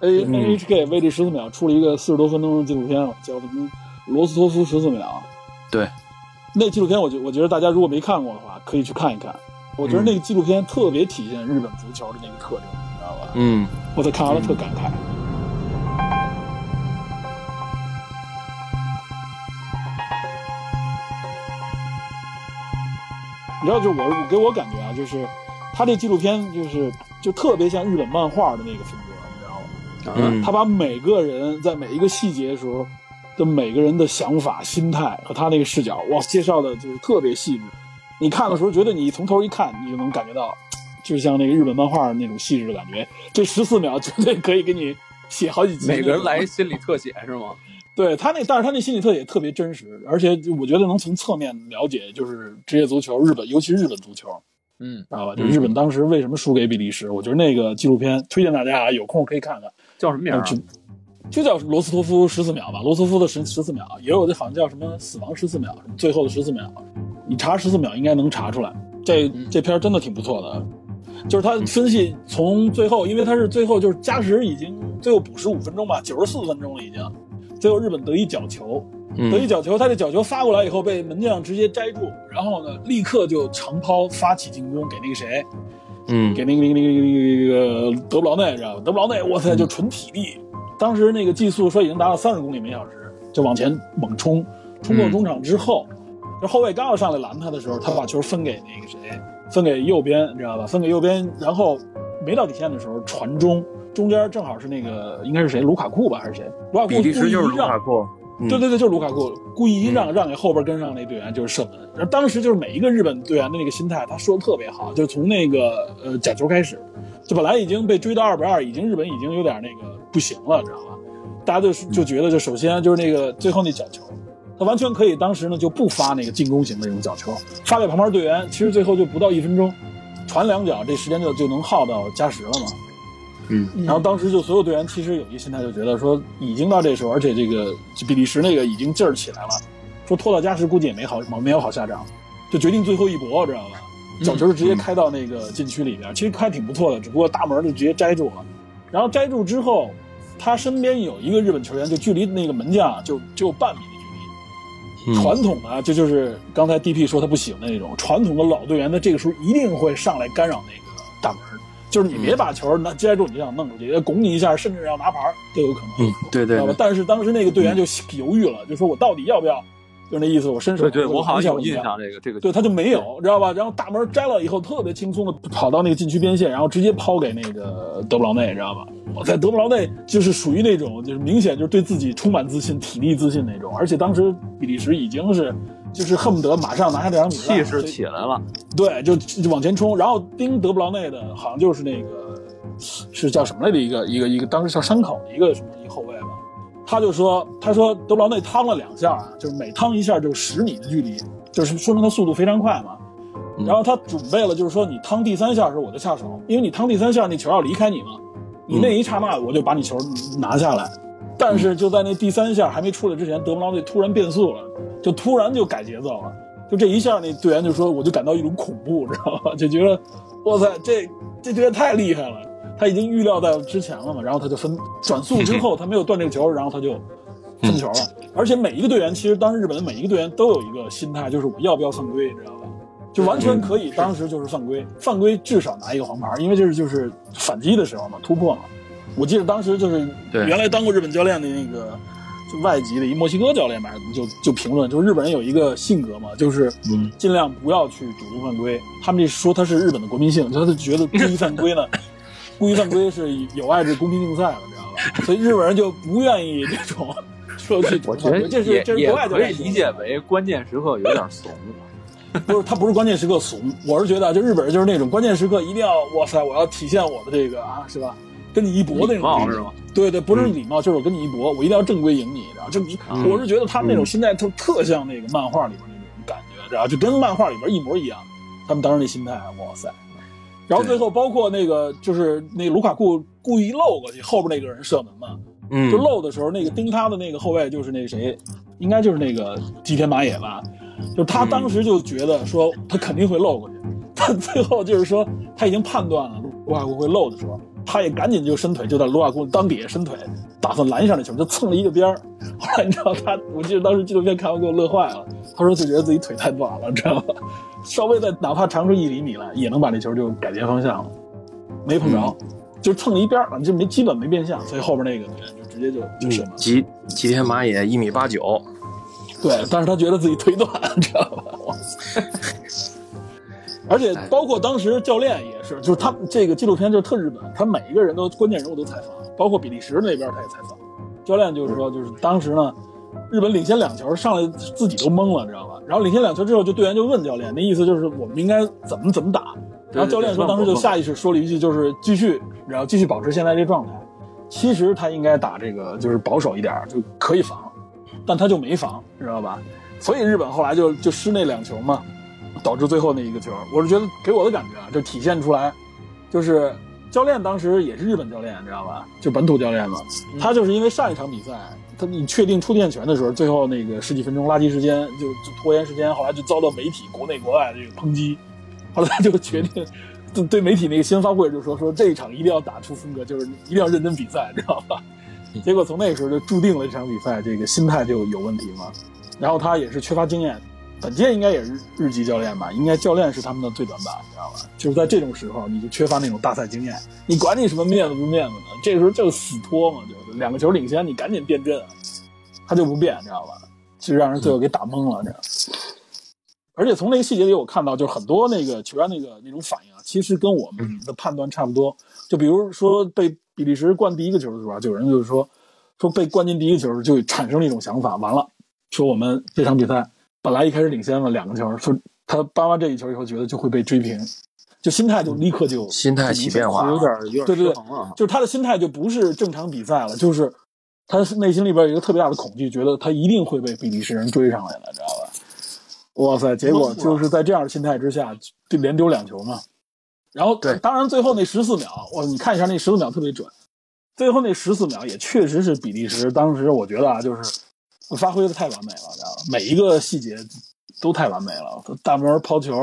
C: a
A: 嗯
C: N H K 为这十四秒出了一个四十多分钟的纪录片，叫什么《罗斯托夫十四秒》。
A: 对，
C: 那纪录片我觉我觉得大家如果没看过的话，可以去看一看。我
A: 嗯
C: 觉得那个纪录片特别体现日本足球的那个特征，你知道吧？
A: 嗯，
C: 我在看完了特感慨。你知道，就我我给我感觉啊，就是他这纪录片就是就特别像日本漫画的那个风格，你知道吗？
E: 嗯，
A: 嗯
C: 啊他把每个人在每一个细节的时候的每个人的想法、心态和他那个视角，哇，介绍的就是特别细致。你看的时候，觉得你从头一看，你就能感觉到，就是像那个日本漫画那种细致的感觉。这十四秒绝对可以给你写好几集。
E: 每个人来一，心理特写是吗？
C: 对他那，但是他那心理特写特别真实，而且我觉得能从侧面了解，就是职业足球，日本尤其日本足球，
E: 嗯，
C: 知道吧？就日本当时为什么输给比利时，我觉得那个纪录片推荐大家啊，有空可以看看。
E: 叫什么名儿啊？
C: 就就叫罗斯托夫十四秒吧，罗斯托夫的十十四秒，也有的好像叫什么死亡十四秒，什么最后的十四秒，你查十四秒应该能查出来。这这片儿真的挺不错的，就是他分析从最后，因为他是最后就是加时已经最后补十五分钟吧，九十四分钟了已经，最后日本得一角球，得一
A: 嗯
C: 角球，他这角球发过来以后被门将直接摘住，然后呢立刻就长抛发起进攻给那个谁，
A: 嗯
C: 给那个那个那个那个那个德布劳内，知道吧？德布劳内，哇塞，就纯体力。当时那个技速说已经达到三十公里每小时，就往前猛冲，冲过中场之后，
A: 嗯
C: 就后卫刚要上来拦他的时候，他把球分给那个谁，分给右边，你知道吧？分给右边，然后没到底线的时候传中，中间正好是那个应该是谁，卢卡库吧还是谁？卢卡库
A: 比利时就是
C: 故意
A: 卢
C: 让
A: 卡库，嗯
C: 对对对，就是卢卡库故意让、让给后边跟上那队员就是射门。然后当时就是每一个日本队员的那个心态，他说的特别好，就是从那个呃假球开始，就本来已经被追到二比二，已经日本已经有点那个不行了，知道吧？大家就就觉得，就首先就是那个最后那角球，他完全可以当时呢就不发那个进攻型的那种角球，发给旁边队员，其实最后就不到一分钟，传两脚，这时间就就能耗到加时了嘛。然后当时就所有队员其实有一个心态，就觉得说已经到这时候，而且这个就比利时那个已经劲儿起来了，说拖到加时估计也没好没有好下场，就决定最后一搏，知道吧？角球
A: 嗯
C: 直接开到那个禁区里边，其实开挺不错的，只不过大门就直接摘住了。然后摘住之后，他身边有一个日本球员，就距离那个门将啊就只有半米的距离，
A: 嗯
C: 传统啊，这就是刚才 DP 说他不行的那种传统的老队员，他这个时候一定会上来干扰那个大门，就是你
A: 嗯
C: 别把球拿接住，你就想弄出去，拱你一下，甚至要拿牌儿都有可能，
A: 嗯，对
C: 知
A: 对嗯
C: 道吧
A: 对？，
C: 但是当时那个队员就犹豫了，就说我到底要不要，就那意思，我伸手，
E: 对对，我好像有
C: 一下
E: 印象这个这个。
C: 对，他就没有，知道吧？然后大门摘了以后，特别轻松的跑到那个禁区边线，然后直接抛给那个德布劳内，知道吧？哇塞，德布劳内就是属于那种，就是明显就是对自己充满自信、体力自信那种，而且当时比利时已经是。就是恨不得马上拿下这场比赛，
E: 气势起来了，
C: 对，就就往前冲。然后盯德布劳内的，好像就是那个是叫什么来的一个一个一个，当时叫山口的一个什么一个后卫吧，他就说他说德布劳内趟了两下啊，就是每趟一下就十米的距离，就是说明他速度非常快嘛。然后他准备了，就是说你趟第三下的时候我就下手，因为你趟第三下那球要离开你嘛，你那一刹那我就把你球拿下来。但是就在那第三下还没出来之前，德布劳内突然变速了，就突然就改节奏了。就这一下，那队员就说，我就感到一种恐怖，知道吧？就觉得，哇塞，这这队员太厉害了，他已经预料在之前了嘛。然后他就分转速之后，他没有断这个球，然后他就分球了。而且每一个队员，其实当时日本的每一个队员都有一个心态，就是我要不要犯规，知道吧？就完全可以，嗯当时就是犯规，犯规至少拿一个黄牌，因为这是就是反击的时候嘛，突破嘛。我记得当时就是
A: 对
C: 原来当过日本教练的那个，就外籍的一墨西哥教练吧，就就评论，就是日本人有一个性格嘛，就是
E: 嗯
C: 尽量不要去主动犯规。他们这说他是日本的国民性，他就觉得故意犯规 呢，故意犯规是有碍这公平竞赛了，知道吧？所以日本人就不愿意这种 说去主动犯规，这是
E: 也
C: 这是
E: 也
C: 国外教
E: 可
C: 练
E: 以
C: 行为
E: 理解为关键时刻有点怂。
C: 不是他不是关键时刻怂，我是觉得啊，就日本人就是那种关键时刻一定要哇塞，我要体现我的这个啊，是吧？跟你一搏那
E: 礼貌
C: 种
E: 是嗯吗？
C: 对对，不是礼貌，就是我跟你一搏，我一定要正规赢你，然后这
E: 嗯
C: 我是觉得他们那种心态特特像那个漫画里边那种感觉，然后就跟漫画里边一模一样。他们当时那心态，哇塞！然后最后包括那个就是那卢卡库故意漏过去，后边那个人射门嘛，
A: 嗯
C: 就漏的时候，那个盯他的那个后卫就是那谁，应该就是那个吉田麻也吧，就他当时就觉得说他肯定会漏过去， 但最后就是说他已经判断了卢卡库会漏的时候，他也赶紧就伸腿就在卢卡库裆底下伸腿，打算拦上那球，就蹭了一个边儿。后来你知道他，我记得当时纪录片看完给我乐坏了，他说就觉得自己腿太短了，你知道吗？稍微再哪怕长出一厘米来，也能把那球就改变方向了，没碰着，就蹭了一边儿，就没基本没变向，所以后边那个人就直接就就
A: 嗯
C: 射门了。
A: 吉吉田麻也一米八九，
C: 对，但是他觉得自己腿短，知道吧？而且包括当时教练也是，就是他这个纪录片就是特日本，他每一个人都关键人物都采访，包括比利时那边他也采访。教练就是说，就是当时呢，日本领先两球，上来自己都懵了，知道吧？然后领先两球之后，就队员就问教练，那意思就是我们应该怎么怎么打。然后教练说，当时就下意识说了一句，就是继续，然后继续保持现在这状态。其实他应该打这个就是保守一点儿，就可以防，但他就没防，知道吧？所以日本后来就就失那两球嘛，导致最后那一个球。我是觉得给我的感觉啊，就体现出来，就是教练当时也是日本教练，你知道吧？就本土教练嘛，他就是因为上一场比赛，他你确定出电权的时候，最后那个十几分钟垃圾时间就就拖延时间，后来就遭到媒体国内国外的这个抨击， 后来他就决定。对对媒体那个新闻发布会就说说这一场一定要打出风格，就是一定要认真比赛，你知道吧？结果从那个时候就注定了这场比赛这个心态就有问题嘛。然后他也是缺乏经验，本届应该也是日籍教练吧，应该教练是他们的最短板，你知道吧？就是在这种时候，你就缺乏那种大赛经验，你管你什么面子不面子呢？这时候就死拖嘛，就是两个球领先，你赶紧变阵，啊他就不变，你知道吧？就让人最后给打懵了，这样。而且从那个细节里，我看到就是很多那个球员那个那种反应啊，其实跟我们的判断差不多。就比如说被比利时灌第一个球的时候啊，就有人就是说说被灌进第一个球就产生了一种想法，完了，说我们这场比赛本来一开始领先了两个球，说他扳完这一球以后，觉得就会被追平，就心态就立刻就
A: 心态起变化
E: 有点有
C: 对对
E: 点失
C: 对
E: 衡了。
C: 就是他的心态就不是正常比赛了，就是他内心里边有一个特别大的恐惧，觉得他一定会被比利时人追上来了，知道吧？哇塞！结果就是在这样的心态之下，就连丢两球嘛。然后，
A: 对
C: 当然最后那十四秒，哇，你看一下那十四秒特别准，最后那十四秒也确实是比利时当时我觉得啊，就是发挥的太完美了，知道吧？每一个细节都太完美了，大门抛球，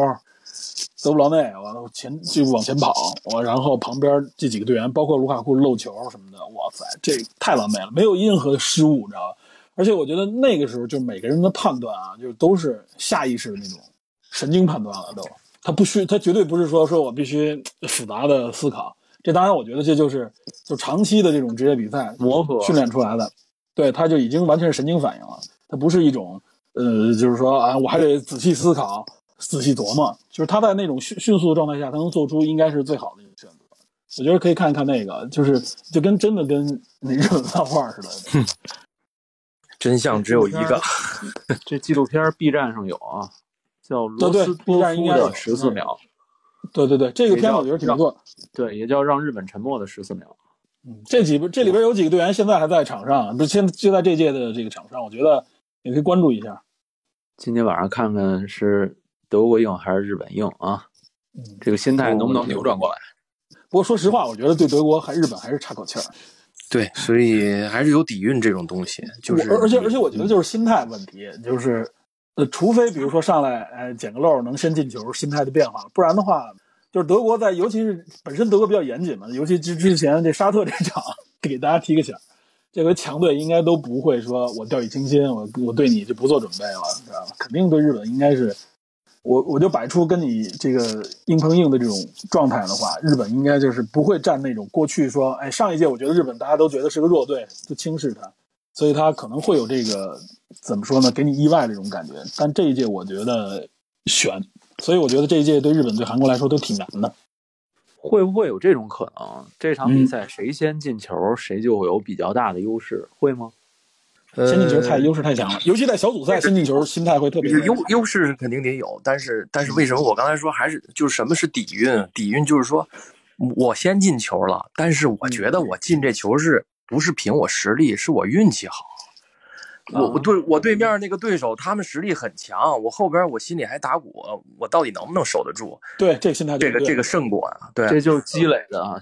C: 德布劳内，完了前就往前跑，我然后旁边这几个队员，包括卢卡库漏球什么的，哇塞，这太完美了，没有任何失误，你知道吧？而且我觉得那个时候就每个人的判断啊，就都是下意识的那种神经判断了都。他不需，他绝对不是说说我必须复杂的思考。这当然，我觉得这就是就长期的这种职业比赛
E: 磨合
C: 训练出来的。对，他就已经完全是神经反应了，他不是一种呃，就是说啊，我还得仔细思考、仔细琢磨。就是他在那种迅迅速的状态下，他能做出应该是最好的一个选择。我觉得可以看一看那个，就是就跟真的跟那日本漫画似的。
A: 真相只有 一个。
E: 这纪录片 B 站上有啊，叫
C: 对
E: 罗
C: 对
E: 斯托
C: B 站应
E: 夫
C: 该有嗯
E: 的十四秒，
C: 对对对，这个片子我觉得挺不错的。
E: 对，也叫让日本沉默的十四秒。
C: 嗯，这几这里边有几个队员现在还在场上，不是现就在这届的这个场上，我觉得也可以关注一下。
E: 今天晚上看看是德国硬还是日本硬啊？
C: 嗯，
E: 这个心态能不能扭转过来？
C: 不过说实话，我觉得对德国还日本还是差口气儿。
A: 对，所以还是有底蕴这种东西，就是
C: 我而而且而且我觉得就是心态问题，就是呃，除非比如说上来呃捡个漏能先进球，心态就变化了，不然的话，就是德国在尤其是本身德国比较严谨嘛，尤其之之前这沙特这场给大家提个醒儿，这回强队应该都不会说我掉以轻心，我我对你就不做准备了，你知道吧？肯定对日本应该是。我我就摆出跟你这个硬碰硬的这种状态的话，日本应该就是不会占那种过去说，哎，上一届我觉得日本大家都觉得是个弱队，就轻视他，所以他可能会有这个怎么说呢，给你意外这种感觉。但这一届我觉得悬，所以我觉得这一届对日本对韩国来说都挺难的。
E: 会不会有这种可能？这场
C: 嗯
E: 比赛谁先进球，谁就有比较大的优势，会吗？
C: 先进球太
A: 呃
C: 优势太强了，尤其在小组赛先进球心态会特别
A: 优优势肯定得有，但是但是为什么我刚才说还是就是什么是底蕴？啊底蕴就是说我先进球了，但是
C: 嗯
A: 我觉得我进这球是不是凭我实力，是我运气好。
C: 啊
A: 我我对我对面那个对手，他们实力很强，我后边我心里还打鼓，我到底能不能守得住
C: 对这个心态就
A: 这
C: 不
A: 个
C: 对
A: 这个胜果啊？对，
E: 这就是积累的啊。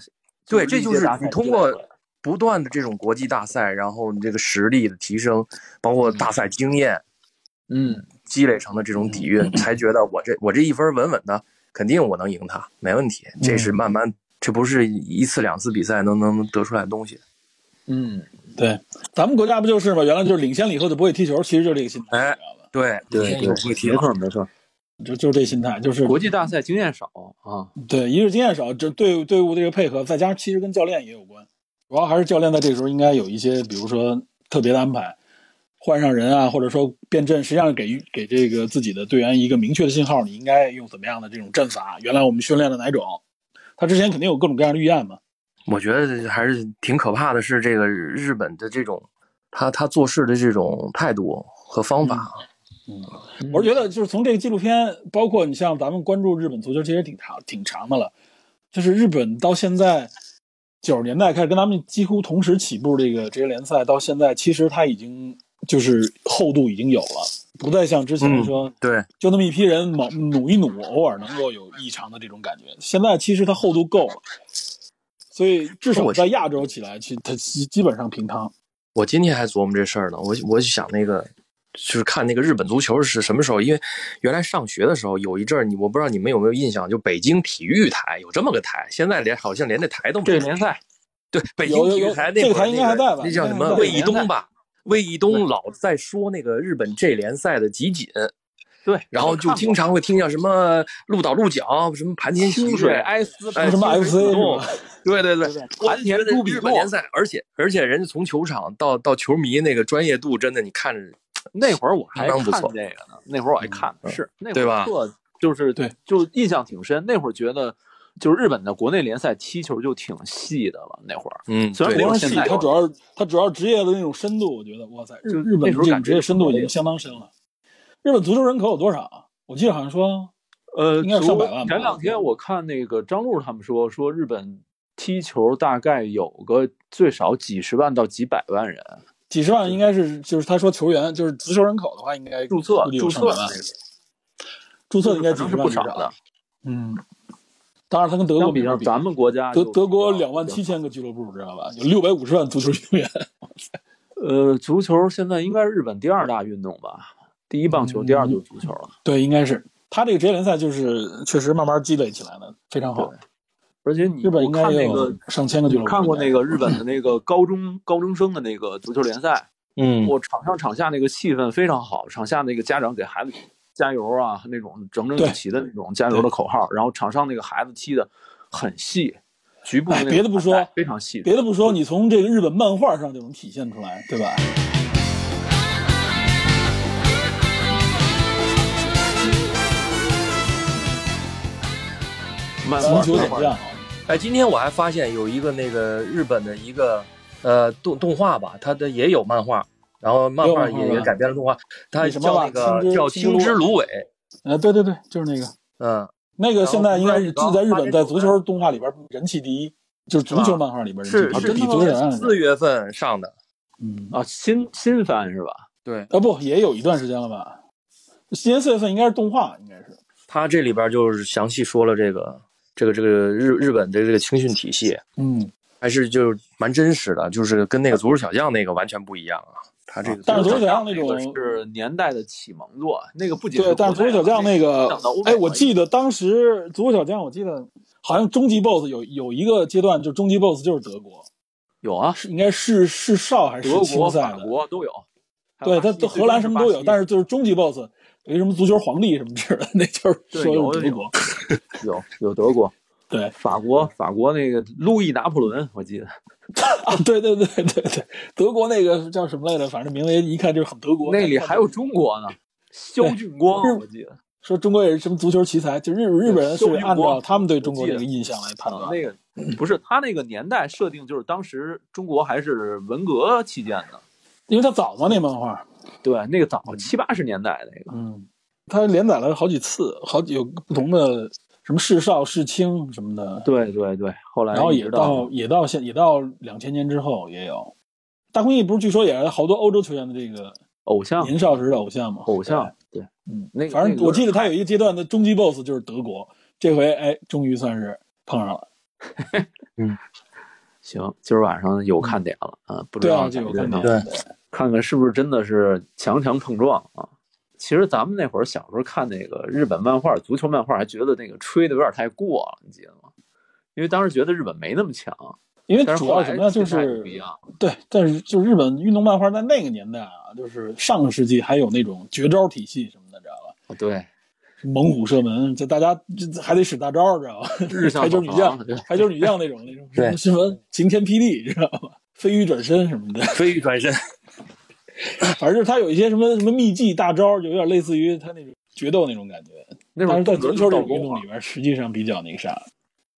A: 对，这就是
E: 历届大赛
A: 你通
E: 积累
A: 过
E: 的
A: 不断的这种国际大赛，然后你这个实力的提升，包括大赛经验
E: 嗯，
A: 积累成的这种底蕴，才觉得我这我这一分稳稳的，肯定我能赢他，没问题。这是慢慢，这不是一次两次比赛能能得出来的东西。
E: 嗯，
C: 对，咱们国家不就是嘛，原来就是领先了以后就不会踢球，其实就这个心态，
A: 哎
C: 你知道吧？
A: 对
E: 对对，
A: 有会踢
E: 没错没错。
C: 就就是这心态，就是
E: 啊国际大赛经验少啊，
C: 对，一是经验少，这队队伍这个配合，再加上其实跟教练也有关，主要还是教练在这时候应该有一些，比如说特别的安排，换上人啊，或者说变阵，实际上是给给这个自己的队员一个明确的信号，你应该用怎么样的这种阵法，原来我们训练的哪种，他之前肯定有各种各样的预案嘛，
A: 我觉得还是挺可怕的，是这个日本的这种他他做事的这种态度和方法。
C: 我是觉得，就是从这个纪录片，包括你像咱们关注日本足球，其实挺长挺长的了。就是日本到现在九十年代开始跟咱们几乎同时起步这个职业联赛，到现在其实它已经就是厚度已经有了，不再像之前说、
A: 对，
C: 就那么一批人猛努一努，偶尔能够有异常的这种感觉。现在其实它厚度够了，所以至少在亚洲起来，其它基基本上平摊。
A: 我今天还琢磨这事儿呢，我我就想那个，就是看那个日本足球是什么时候？因为原来上学的时候有一阵儿，你我不知道你们有没有印象，就北京体育台有这么个台，现在连好像连那台都没
E: 这
A: 有。
E: 个联赛
A: 对，北京
C: 有有
A: 体育
C: 有
A: 台
C: 这
A: 那
C: 个
A: 会儿
C: 台应该还
A: 那
C: 在
A: 个
C: 吧
A: 那叫什
C: 应该还
A: 么
C: 在
A: 魏一
E: 应该
A: 东吧？魏一东老在说那个日本 J 联赛的集锦，
E: 对，
A: 然后就经常会听见什么鹿岛鹿角、什么盘田喜
E: 清水
A: 水、
E: 埃斯
A: 哎
C: 什么
A: 清
C: FC
A: 水
C: 是
A: 运动
C: 吧？
A: 对对对，
E: 盘田朱比
A: 日
E: 诺
A: 本联赛，而且而且人家从球场到到球迷那个专业度，真的你看着
E: 那会儿我还
A: 相当
E: 看
A: 不错嗯
E: 这个呢，那会儿我还看，是那会
A: 对
E: 儿
A: 吧
E: 特就是
C: 对，
E: 就印象挺深。那会儿觉得就是日本的国内联赛踢球就挺细的了，那会儿
A: 嗯，
E: 虽然
A: 对
E: 我
C: 国
E: 现
C: 系
E: 在
C: 它主要是它主要是职业的那种深度，我觉得哇塞，日
E: 就
C: 日本
E: 那时候
C: 这
E: 感
C: 种
E: 觉
C: 职业深度已经相当深了。日本足球人口有多少啊？我记得好像说
E: 呃，
C: 应该有上百万吧
E: 前两天我看那个张璐他们说，说日本踢球大概有个最少几十万到几百万人
C: 几十万，应该是就是他说球员就是足球人口的话，应该
E: 注册
C: 估计有
E: 注
C: 上
E: 册
C: 百
E: 的
C: 万
E: 那，个，
C: 注册的应该
E: 可
C: 几
E: 能
C: 十
E: 是
C: 万
E: 不
C: 至
E: 少
C: 少
E: 的。。
C: 嗯，当然他跟德国
E: 相比较
C: 没法
E: 咱们国家就
C: 德
E: 比较，
C: 德国两万七千个俱乐部，知道吧？有六百五十万足球球员。
E: 呃，足球现在应该是日本第二大运动吧？第一棒球，第二
C: 嗯
E: 就是足球了。
C: 对，应该是 他这个职业联赛就是确实慢慢积累起来的，非常好
E: 对。而且你
C: 日本应该
E: 我看
C: 也
E: 那
C: 有
E: 个
C: 上千个俱乐部。
E: 看过那个日本的那个高中高中生的那个足球联赛，
A: 嗯，
E: 我场上场下那个气氛非常好，场下那个家长给孩子加油啊，那种整整
C: 对
E: 齐齐的那种加油的口号，然后场上那个孩子踢的很细，局部
C: 哎
E: 那个
C: 别的不说
E: 打得非常细。
C: 别的不说，你从这个日本漫画上就能体现出来，对吧？
E: 慢
C: 足
E: 慢
C: 球
E: 慢
C: 怎
E: 慢
C: 么样？
A: 哎，今天我还发现有一个那个日本的一个呃动动画吧，它的也有漫画，然后漫画
C: 也有漫
A: 也
C: 画啊
A: 也改编了动画，它
C: 那什么
A: 叫
C: 吧
A: 那个
C: 青之
A: 叫《
C: 青之
A: 青之
C: 芦
A: 芦苇》。
C: 呃，对对对，就是那个，
A: 嗯，
C: 那个现在应该是
A: 然后
C: 在日本在足球动画里边人气第一，就是足球漫画里边人
A: 是
C: 气第
A: 是
C: 一，比足球人
A: 四月份上的，
C: 嗯
E: 啊，新新番是吧？
A: 对
C: 啊不也有一段时间了吧？今年四月份应该是动画，应该是
A: 他这里边就是详细说了这个这个这个日日本的这个青训体系，
C: 嗯，
A: 还是就是蛮真实的，就是跟那个足球小将那个完全不一样啊。他这个
C: 但是足球小将那
E: 那
C: 种
E: 个是年代的启蒙作，那个不仅
C: 对，但是足球小
E: 啊
C: 将那个
E: 讲到欧，美
C: 哎，我
E: 了
C: 记得当时足球小将，我记得好像终极 BOSS 有有一个阶段，就终极 BOSS 就是德国，
E: 有啊，
C: 是应该是是少还是
E: 德
C: 世青
E: 国、
C: 赛
E: 法
C: 的？
E: 国都有。
C: 对，他荷兰什么都有，但
E: 是
C: 是就是终极 BOSS 有一什么足球皇帝什么之类的， 那就是
E: 对
C: 说
E: 有
C: 用德
E: 有
C: 国。
E: 有有德国、
C: 对
E: 法国、法国那个路易拿破仑，我记得
C: 啊，对对对对对，德国那个叫什么来着？反正名字一看就是很德国。
E: 那里还有中国呢，肖俊光
C: 对，
E: 我记得
C: 说中国也是什么足球奇才，就日日本人是
E: 对
C: 按
E: 中
C: 照
E: 国
C: 他们对中国这个印象来判
E: 啊
C: 断。
E: 那个不是他那个年代设定，就是当时中国还是文革期间呢。
C: 因为他早嘛，那漫画，
E: 对，那个早七八十年代那个，
C: 嗯，他连载了好几次，好几有不同的什么世少、世青什么的，
E: 对对对，后来
C: 然后
E: 一
C: 也
E: 直到
C: 到也到现也到两千年之后也有。大空翼不是据说也是好多欧洲球员的这个
E: 偶像
C: 年少时的偶像嘛？
E: 偶像，对，
C: 嗯
E: 啊那个
C: 反
E: 那
C: 正
E: 个
C: 我记得他有一个阶段的终极 BOSS 就是德国，这回哎，终于算是碰上了。
E: 行，今儿晚上有看点了啊，不
C: 嗯
E: 知
C: 对啊，
E: 道
C: 就有看
E: 感觉呢
C: 点。
A: 对
E: 看看是不是真的是强强碰撞啊。其实咱们那会儿小时候看那个日本漫画、足球漫画，还觉得那个吹的有点太过了，你记得吗？因为当时觉得日本没那么强，
C: 因为
E: 但是
C: 主
E: 后
C: 要
E: 来
C: 什么呀？就
E: 心态
C: 是
E: 不一样。
C: 对，但是就日本运动漫画在那个年代啊，就是上个世纪还有那种绝招体系什么的，知道吧？
E: 对，
C: 猛虎射门，就大家这还得使大招，知道吧？
E: 日向
C: 台球
E: 小
C: 女
E: 房
C: 将，
E: 对
C: 台球女将那种那种
A: 对
C: 什么晴天霹雳，知道吧？飞鱼转身什么的，
A: 飞鱼转身，
C: 反正就是他有一些什么什么秘技大招，就有点类似于他那种决斗那种感觉。
E: 那会
C: 但
E: 儿
C: 是在足球这
E: 动
C: 种运动
E: 啊
C: 里，边，实际上比较那个啥。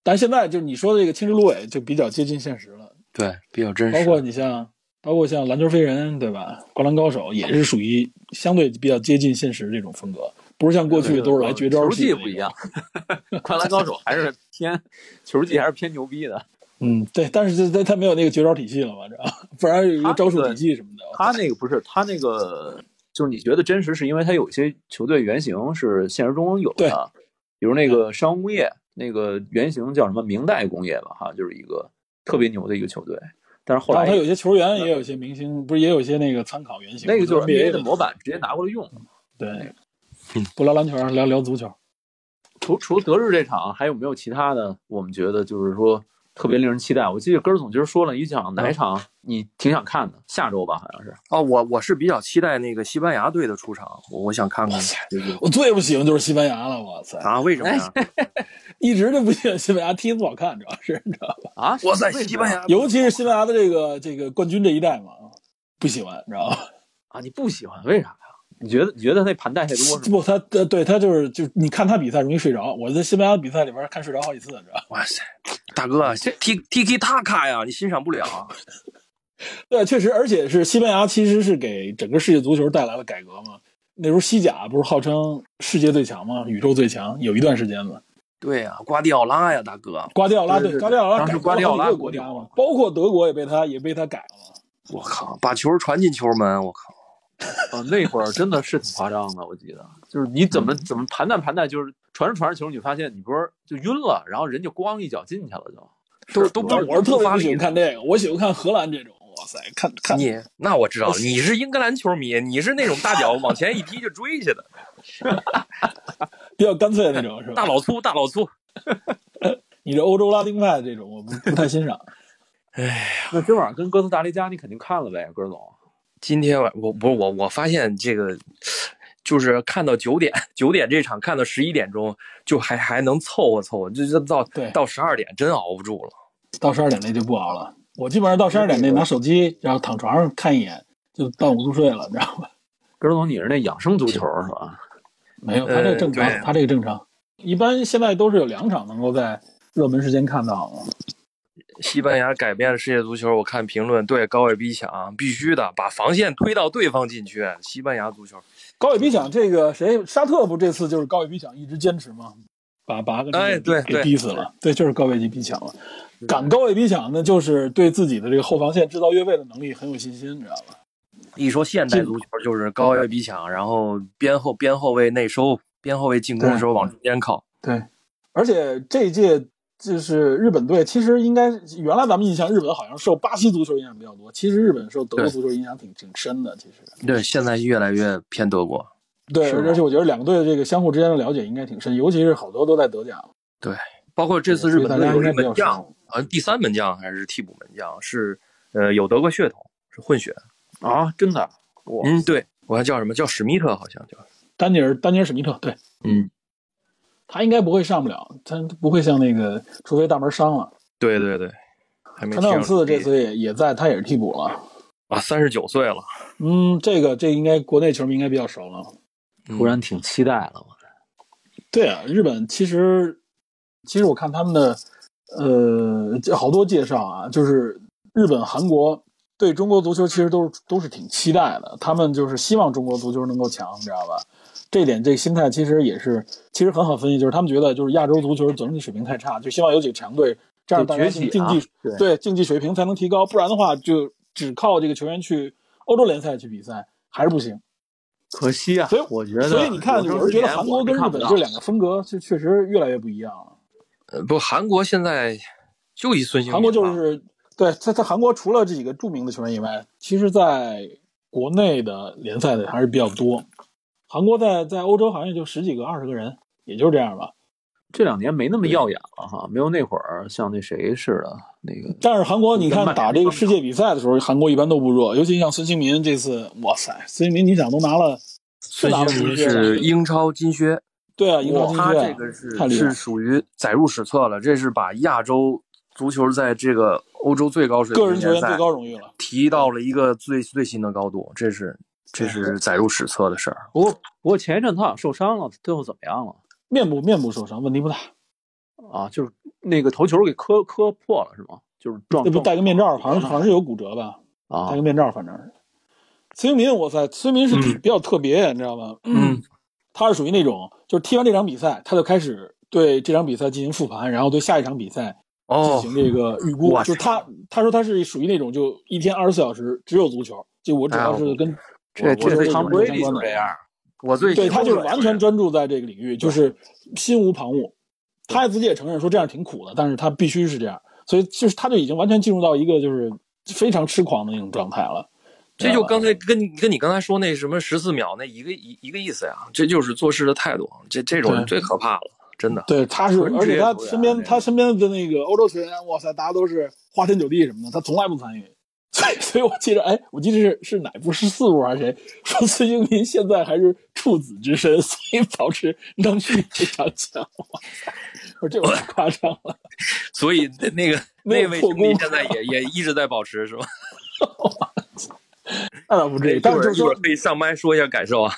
C: 但是现在就是你说的这个青之芦苇就比较接近现实了，
A: 对，比较真
C: 包
A: 实。
C: 括你像，包括像篮球飞人，对吧？灌篮高手也是属于相对比较接近现实这种风格，不是像过去都是来绝招
E: 球
C: 系
E: 技
C: 的
E: 不一样。 灌篮高手还是偏 球技还是偏牛逼的。
C: 那种。嗯，对，但是这这他没有那个绝招体系了嘛，知道吧？ 不然有一个
E: 他
C: 招数
E: 对
C: 体系什么的。
E: 他那个不是他那个，就是你觉得真实，是因为他有些球队原型是现实中有
C: 对
E: 的，比如那个商工业那个原型叫什么明代工业吧，哈，就是一个特别牛的一个球队，但是后
C: 然
E: 来
C: 后他有些球员也有一些明星，不是也有一些那个参考原型，
E: 那个就是
C: NBA
E: NBA 的嗯模板，直接拿过来用。
C: 对，不聊篮球，聊聊足球。
E: 除除了德日这场，还有没有其他的？我们觉得就是说特别令人期待。我记得根儿总今儿说了一场哪一场你挺想看的，下周吧，好像是。
A: 哦，我我是比较期待那个西班牙队的出场，我我想看看
C: 我最不喜欢就是西班牙了，哇塞，
A: 啊，为什么 呀？
C: 一直就不喜欢西班牙踢得不好看，主要是你知道吧？
E: 啊，
A: 哇塞，
E: 为什么
A: 西班牙
C: 尤其是西班牙的这个这个冠军这一代嘛，不喜欢，你知道吧？
E: 啊，你不喜欢为啥呀？你觉得你觉得那盘带太多 是吗？
C: 不，他呃，对他就是就你看他比赛容易睡着，我在西班牙比赛里边看睡着好几次，你知道吧？
A: 哇塞，大哥，T T K 塔卡呀，你欣赏不了啊。
C: 对，确实，而且是西班牙其实是给整个世界足球带来了改革嘛。那时候西甲不是号称世界最强吗？宇宙最强，有一段时间嘛。
A: 对呀、瓜迪奥拉呀，大哥，
C: 瓜迪奥拉
E: 对
C: 对，
E: 对对
C: 瓜迪奥拉
E: 当
C: 改
E: 时
C: 革
E: 瓜迪
C: 了
E: 奥拉
C: 好几个国
E: 国
C: 家
E: 脚
C: 嘛，包括德国也被他也被他改了嘛。
A: 我靠，把球传进球门，我靠，
E: 啊，那会儿真的是挺夸张的，我记得，就是你怎
C: 嗯
E: 么怎么盘带盘带，就是传着传着球，你发现你不是就晕了，然后人就咣一脚进去了就，
A: 都都
C: 但
A: 不
C: 是我是特别
A: 发
C: 不喜欢
A: 力的。
C: 看这个，我喜欢看荷兰这种。哇塞，看看
A: 你那我知道了，你是英格兰球迷，你是那种大脚往前一踢就追去的，
C: 比较干脆的那 种是吧
A: 大？老粗，大老粗。
C: 你这欧洲拉丁派这种，我不不太欣赏。
E: 那今晚上跟哥斯达黎加你肯定看了呗，哥总。
A: 今天晚我不是我我发现这个，就是看到九点九点这场看到十一点钟，就还还能凑合凑合，就就到
C: 对
A: 到十二点真熬不住了。
C: 到十二点那就不熬了。我基本上到十二点那拿手机，然后躺床上看一眼，就半午入睡了，你知道吗？
E: 哥总，你是那养生足球是吧？
C: 没有，他这个正常，
A: 呃对
C: 他这个正常。一般现在都是有两场能够在热门时间看到的。
A: 西班牙改变了世界足球，我看评论对高位逼抢必须的，把防线推到对方禁区。西班牙足球
C: 高位逼抢这个谁，沙特不这次就是高位逼抢一直坚持吗？把八个
E: 哎对
C: 给
E: 对
C: 逼死了，对，就是高位级逼抢了。敢高位逼抢呢，就是对自己的这个后防线制造越位的能力很有信心，你知道吧？
A: 一说现代足球就是高位逼抢，然后边后边后卫内收，边后卫进攻的时候往中间靠。
C: 对，而且这一届就是日本队，其实应该原来咱们印象日本好像受巴西足球影响比较多，其实日本受德国
A: 对
C: 足球影响挺挺深的，其实。
A: 对，现在越来越偏德国。
C: 对，
E: 是吗
C: 而且我觉得两个队的这个相互之间的了解应该挺深，尤其是好多都在德甲。
A: 包括这次日
C: 所以大
A: 本队
C: 家应
A: 有
C: 该
A: 这
C: 比较
A: 门将，
C: 熟。
A: 好像第三门将还是替补门将，是呃有德国血统，是混血。
E: 啊，真的，哇，
A: 嗯，对，我还叫什么叫史密特，好像叫。
C: 丹尼尔，丹尼尔史密特，对
A: 嗯，
C: 他应该不会上不了，他不会像那个，除非大门伤了。
A: 对对对，还没
C: 川岛
A: 听
C: 次这次也也在，他也是替补了。
A: 啊，三十九岁了，
C: 嗯，这个这应该国内球迷应该比较熟了。
E: 突然挺期待了嘛。
C: 对啊，日本其实其实我看他们的呃这好多介绍啊，就是日本、韩国对中国足球其实都是都是挺期待的，他们就是希望中国足球能够强，你知道吧？这点这个心态其实也是其实很好分析，就是他们觉得就是亚洲足球整体水平太差，就希望有几个强队，这样大家
E: 就
C: 竞
E: 崛起
C: 竞
E: 啊
C: 技、
E: 对
C: 对竞技水平才能提高，不然的话就只靠这个球员去欧洲联赛去比赛还是不行。
E: 可惜啊，
C: 所以
E: 我觉得，
C: 所以你看，我是觉得韩国跟日本这
E: 两。
C: 两个风格是确实越来越不一样了。
A: 呃不，韩国现在就一孙兴慜吧，
C: 韩国就是对在在韩国除了这几个著名的球员以外，其实在国内的联赛的还是比较多。韩国在在欧洲好像也就十几个、二十个人，也就是这样吧。
E: 这两年没那么耀眼了哈，没有那会儿像那谁似的那个。
C: 但是韩国，你看
E: 跟曼联
C: 打这个世界比赛的时候，韩国一般都不弱，尤其像孙兴民这次，哇塞，孙兴民你想都拿了，
A: 孙
C: 拿了
A: 兴
C: 一
A: 民
C: 届了
A: 是英超金靴，
C: 对啊，赢了金
A: 他
C: 靴啊
A: 这个是
C: 太厉害
A: 是
C: 了。
A: 属于载入史册了，这是把亚洲足球在这个欧洲最高水
C: 个
A: 平
C: 人球员
A: 联
C: 最
A: 赛
C: 高荣誉了，
A: 提到了一个最最新的高度，这是这是载入史册的事儿。
E: 不过不过前一阵他好像受伤了，最后怎么样了？
C: 面部面部受伤问题不大，
A: 嗯
E: 啊，就是那个头球给磕磕破了是吗？就是撞
C: 那不戴个面罩，好像好
E: 啊
C: 像是有骨折吧？戴
E: 啊
C: 个面罩，反正是。孙兴民，我塞，孙兴民是
A: 嗯
C: 挺比较特别，你知道吧？
A: 嗯，
C: 他是属于那种，就是踢完这场比赛，他就开始对这场比赛进行复盘，然后对下一场比赛进
A: 哦，
C: 行这个预估。
A: 我
C: 就是他，他说他是属于那种就一天二十四小时只有足球，就我只要是跟、
E: 这
A: 哎我
E: 这
A: 最
C: 是
E: 汤
C: 有
E: 布
C: 关
E: 瑞
C: 的
E: 迪就这样，
A: 我最
C: 对
A: 喜
C: 他
A: 欢
C: 就是
A: 的
C: 完全专注在这个领域，就是心无旁骛。他自己也承认说这样挺苦的，但是他必须是这样，所以就是他就已经完全进入到一个就是非常痴狂的那种状态了。
A: 这就
C: 刚。
A: 刚才跟你跟你刚才说那什么十四秒那一个一一个意思呀，这就是做事的态度，这这种人最可怕了，真的。
C: 对，他是，
E: 纯
C: 而
E: 职
C: 且
E: 业
C: 他
E: 球员
C: 身边
E: 这个
C: 他身边的那个欧洲球员，哇塞，大家都是花天酒地什么的，他从来不参与。 所以，所以我记得，哎，我记得是是哪部是四部还是谁 说孙兴民现在还是处子之身，所以保持能力非常强。 哇塞，我这我太夸张了。
A: 所以那那个
C: 没
A: 那
C: 有
A: 位
C: 破
A: 兄弟
C: 功
A: 现在也也一直在保持是吧？
C: 那呃倒不至于，
A: 一
C: 但
A: 会
C: 是
A: 儿
C: 就是
A: 哎一会
C: 说
A: 儿，可以上麦说一下感受啊。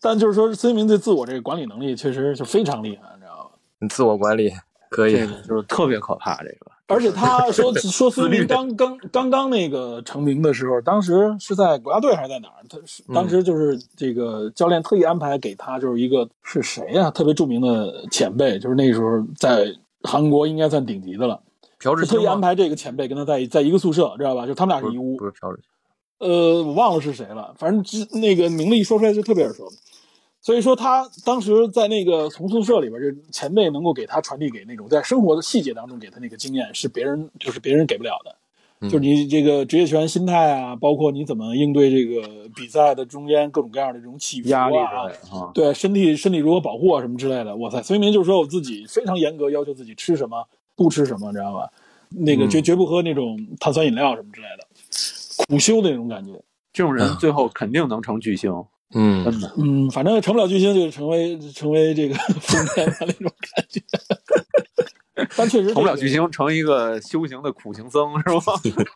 C: 但就是说，孙兴民对自我这个管理能力确实是非常厉害，你知道吧？
A: 你 自我管理可以
E: 这，个就是特别可怕这个。
C: 而且 他说说孙兴民刚刚刚刚那个成名的时候，当时是在国家队还是在哪儿？他是当
A: 嗯
C: 时就是这个教练特意安排给他，就是一个是谁呀、特别著名的前辈，就是那时候在韩国应该算顶级的了，
A: 朴
C: 就
A: 智
C: 特
A: 星
C: 意
A: 吗
C: 安排这个前辈跟他在一在一个宿舍，知道吧？就他们俩
A: 不
C: 是
A: 是
C: 一屋
A: 不。是朴智星，
C: 呃，我忘了是谁了，反正之那个名字一说出来就特别耳熟。所以说他当时在那个从宿舍里边，就是前辈能够给他传递给那种在生活的细节当中给他那个经验，是别人就是别人给不了的。
E: 嗯
C: 就是你这个职业球员心态啊，包括你怎么应对这个比赛的中间各种各样的这种起伏啊、
E: 压力之类的啊，
C: 对身体身体如何保护啊什么之类的。哇塞，孙兴民就是说我自己非常严格要求自己吃什么，不吃什么，你知道吧？那
E: 嗯
C: 个绝、绝不喝那种碳酸饮料什么之类的，苦修的那种感觉。
E: 这种人最后肯定能成巨星，
A: 嗯，
E: 真的。
C: 嗯，反正成不了巨星，就成为成为这个负面的那种感觉。但确实
E: 成不了
C: 这个
E: 巨，星，成一个修行的苦行僧是吗？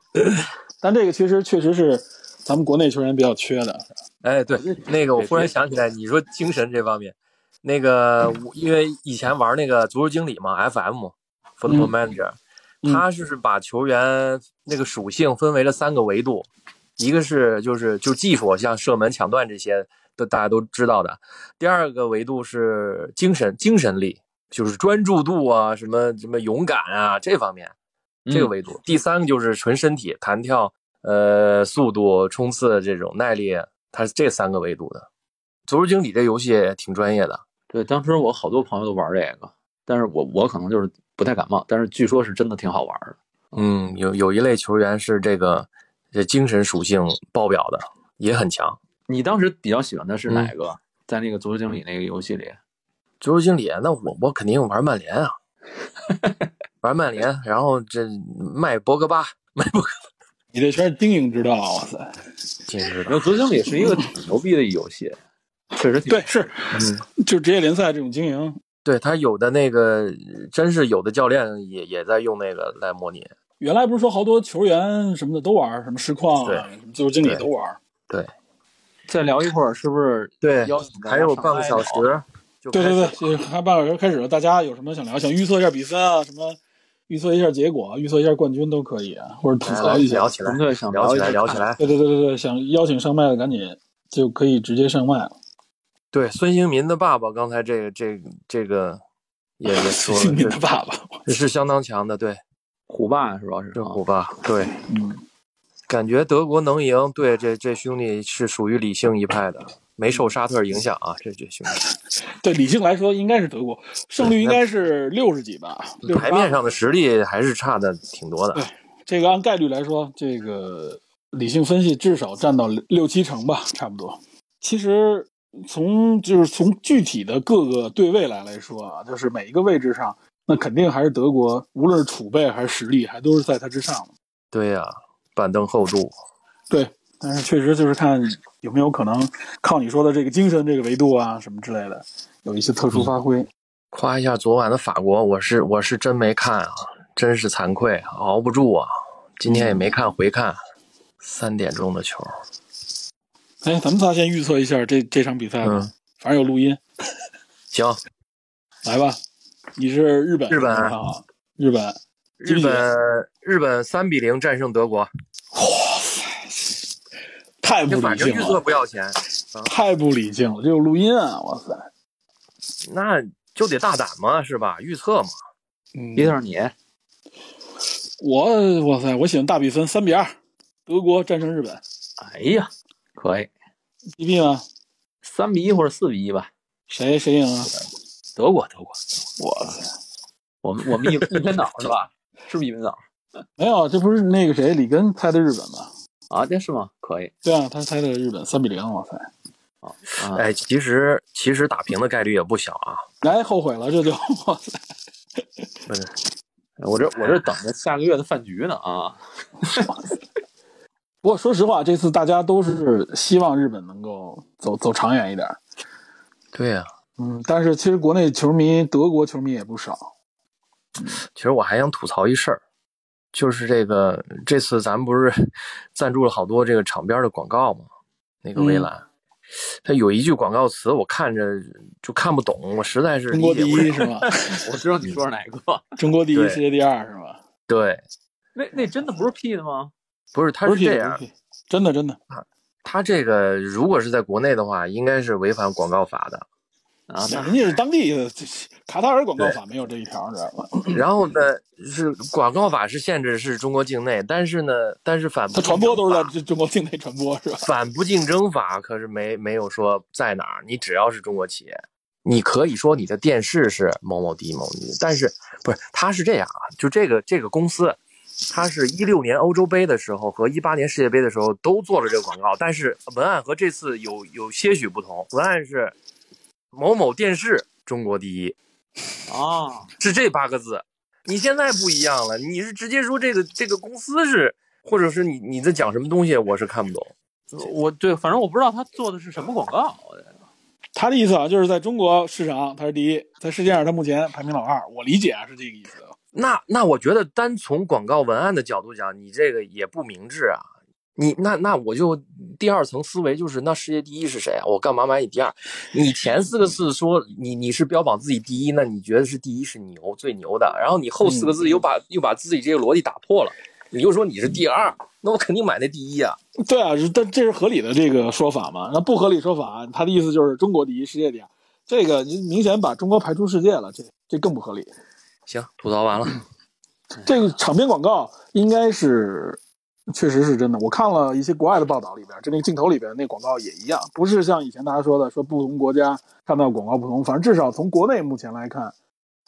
C: 但这个其实确实是咱们国内球员比较缺的。
A: 哎，对，那个我忽然想起来，你说精神这方面，那个我因为以前玩那个足球经理嘛，FM Football Manager，、
C: 嗯
A: 他是把球员那个属性分为了三个维度，一个是就是就技术，像射门、抢断这些都大家都知道的，第二个维度是精神精神力，就是专注度啊，什么什么勇敢啊这方面，这个维度。第三个就是纯身体，弹跳、呃速度、冲刺这种耐力，它是这三个维度的。足球经理这游戏也挺专业的，
E: 对，当时我好多朋友都玩这个，但是我我可能就是不太感冒，但是据说是真的挺好玩的。
A: 嗯，有有一类球员是这个这精神属性爆表的，也很强。
E: 你当时比较喜欢的是哪个？在那个足球经理那个游戏里，
A: 足球经理，那我我肯定玩曼联 啊，玩曼联，然后这卖博格巴，卖博格
C: 你这全是经营之道啊！哇塞，
A: 巴，挺知
E: 然后足球经理是一个挺牛逼的一 游戏，确实挺
C: 对，是，
E: 嗯
C: 就职业联赛这种经营，
A: 对他有的那个真是有的教练也也在用那个来模拟，
C: 原来不是说好多球员什么的都玩，什么实况啊，什么足球经理都玩，
E: 再聊一会儿，是不是
A: 对
E: 邀请大家
A: 还有
E: 上
A: 半个
E: 麦
A: 小
E: 聊
A: 时？就
C: 对
A: 开始
C: 对对，还半个小时开始了，大家有什么想聊，想预测一下比赛啊，什么预测一下结果，预测一下冠军都可以啊，或者吐
A: 来
C: 槽
A: 来
C: 一下
A: 聊。起来
E: 纯，粹想
A: 聊
E: 聊
A: 起
E: 一
A: 来，
E: 下
A: 聊起来。
C: 对对对对对，想邀请上麦的赶紧就可以直接上麦了。
A: 对，孙兴民的爸爸刚才这个这个这个也也说
C: 姓 你
A: 了
C: 的爸爸，
A: 是，是相当强的，对，
E: 虎爸是吧？是
A: 这
E: 啊
A: 虎爸，对，
C: 嗯
A: 感觉德国能赢，对，这这兄弟是属于理性一派的，没受沙特影响啊，这这兄弟
C: 对理性来说应该是德国，胜率应该是六十几吧，六十
A: 牌
C: 八。
A: 面上的实力还是差的挺多的，
C: 这个按概率来说，这个理性分析至少占到六七成吧，差不多。其实从就是从具体的各个对位来来说啊，就是每一个位置上，那肯定还是德国，无论是储备还是实力，还都是在它之上的。
A: 对呀、板凳后柱，
C: 但是确实就是看有没有可能靠你说的这个精神这个维度啊什么之类的，有一些特
A: 嗯
C: 殊发挥。
A: 夸一下昨晚的法国，我是我是真没看啊，真是惭愧，熬不住啊，今天也没看回看，三点钟的球，
C: 哎，咱们仨先预测一下这这场比赛吧，
A: 嗯
C: 反正有录音，
A: 行，
C: 来吧。你是日本，
A: 日本
C: 啊，日本，
A: 日本日本三比零战胜德国，
C: 太不
A: 这
C: 理
A: 反正
C: 性啊
A: 预测
C: 了，
A: 不要钱，
C: 太不理性了，这有录音啊！哇塞，
A: 那就得大胆嘛，是吧？预测嘛，
C: 嗯
E: 一下你
C: 我哇塞，我喜欢大比分三比二，德国战胜日本
E: 哎呀，可以
C: ，DP 吗？
E: 三比一或者四比一吧。
C: 谁谁赢啊？
E: 德国，德国，
C: 哇塞，
E: 我们我们一一边倒是吧？是不是一边倒
C: 没有，这不是那个谁里根猜的日本吗？
E: 啊？这是吗？可以
C: 对啊，他猜的日本三比零，哇塞，
E: 啊啊！
A: 哎，其实其实打平的概率也不小啊，
C: 来后悔了，这就哇塞，
A: 哎
E: 我这我这等着下个月的饭局呢啊！
C: 不过说实话，这次大家都是希望日本能够走走长远一点，
A: 对呀、
C: 嗯，但是其实国内球迷，德国球迷也不少，
A: 其实我还想吐槽一事儿，就是这个这次咱们不是 赞助了好多这个场边的广告吗？那个围栏，它有一句广告词我看着就看不懂，我实在是
C: 中国
A: 理解
C: 第
A: 不
C: 一
A: 了。
C: 是吧？
E: 我知道你说是哪个，
C: 中国第一，
A: 对
C: 世界第二是吧？
A: 对，
E: 那那真的不是 P 的吗？
A: 不是，它
C: 不
A: 是
C: 是
A: 这样，
C: 不是真的真的，
A: 它这个如果是在国内的话，应该是违反广告法的。
E: 啊，那
C: 人家是当地的这卡塔尔广告法没有这一条，知道吧？
A: 然后呢，是广告法是限制是中国境内，但是呢，但是反
C: 它传播都是在中中国境内传播，是吧？
A: 反不竞争法可是没没有说在哪儿，你只要是中国企业，你可以说你的电视是某某地某某地，但是不是它是这样啊？就这个这个公司，它是一六年欧洲杯的时候和一八年世界杯的时候都做了这个广告，但是文案和这次有有些许不同，文案是某某电视中国第一，
E: 啊，
A: 是这八个字。你现在不一样了，你是直接说这个这个公司是，或者是你你在讲什么东西，我是看不懂。
E: 我对，反正我不知道他做的是什么广告。
C: 他的意思啊，就是在中国市场它是第一，在世界上它目前排名老二。我理解啊是这个意思。
A: 那那我觉得单从广告文案的角度讲，你这个也不明智啊。你那那我就第二层思维就是，那世界第一是谁啊？我干嘛买你第二？你前四个字说你你是标榜自己第一，那你觉得是第一是牛最牛的，然后你后四
C: 嗯
A: 个字又把、又把自己这个逻辑打破了，你又说你是第二，
C: 嗯
A: 那我肯定买那第一啊。
C: 对啊，是但这是合理的这个说法嘛？那不合理说法，他的意思就是中国第一，世界第二。这个你明显把中国排除世界了，这这更不合理。
A: 行，吐槽完了。
C: 嗯这个场边广告应该是，确实是真的。我看了一些国外的报道里边，就那个镜头里边那广告也一样，不是像以前大家说的说不同国家看到广告不同，反正至少从国内目前来看，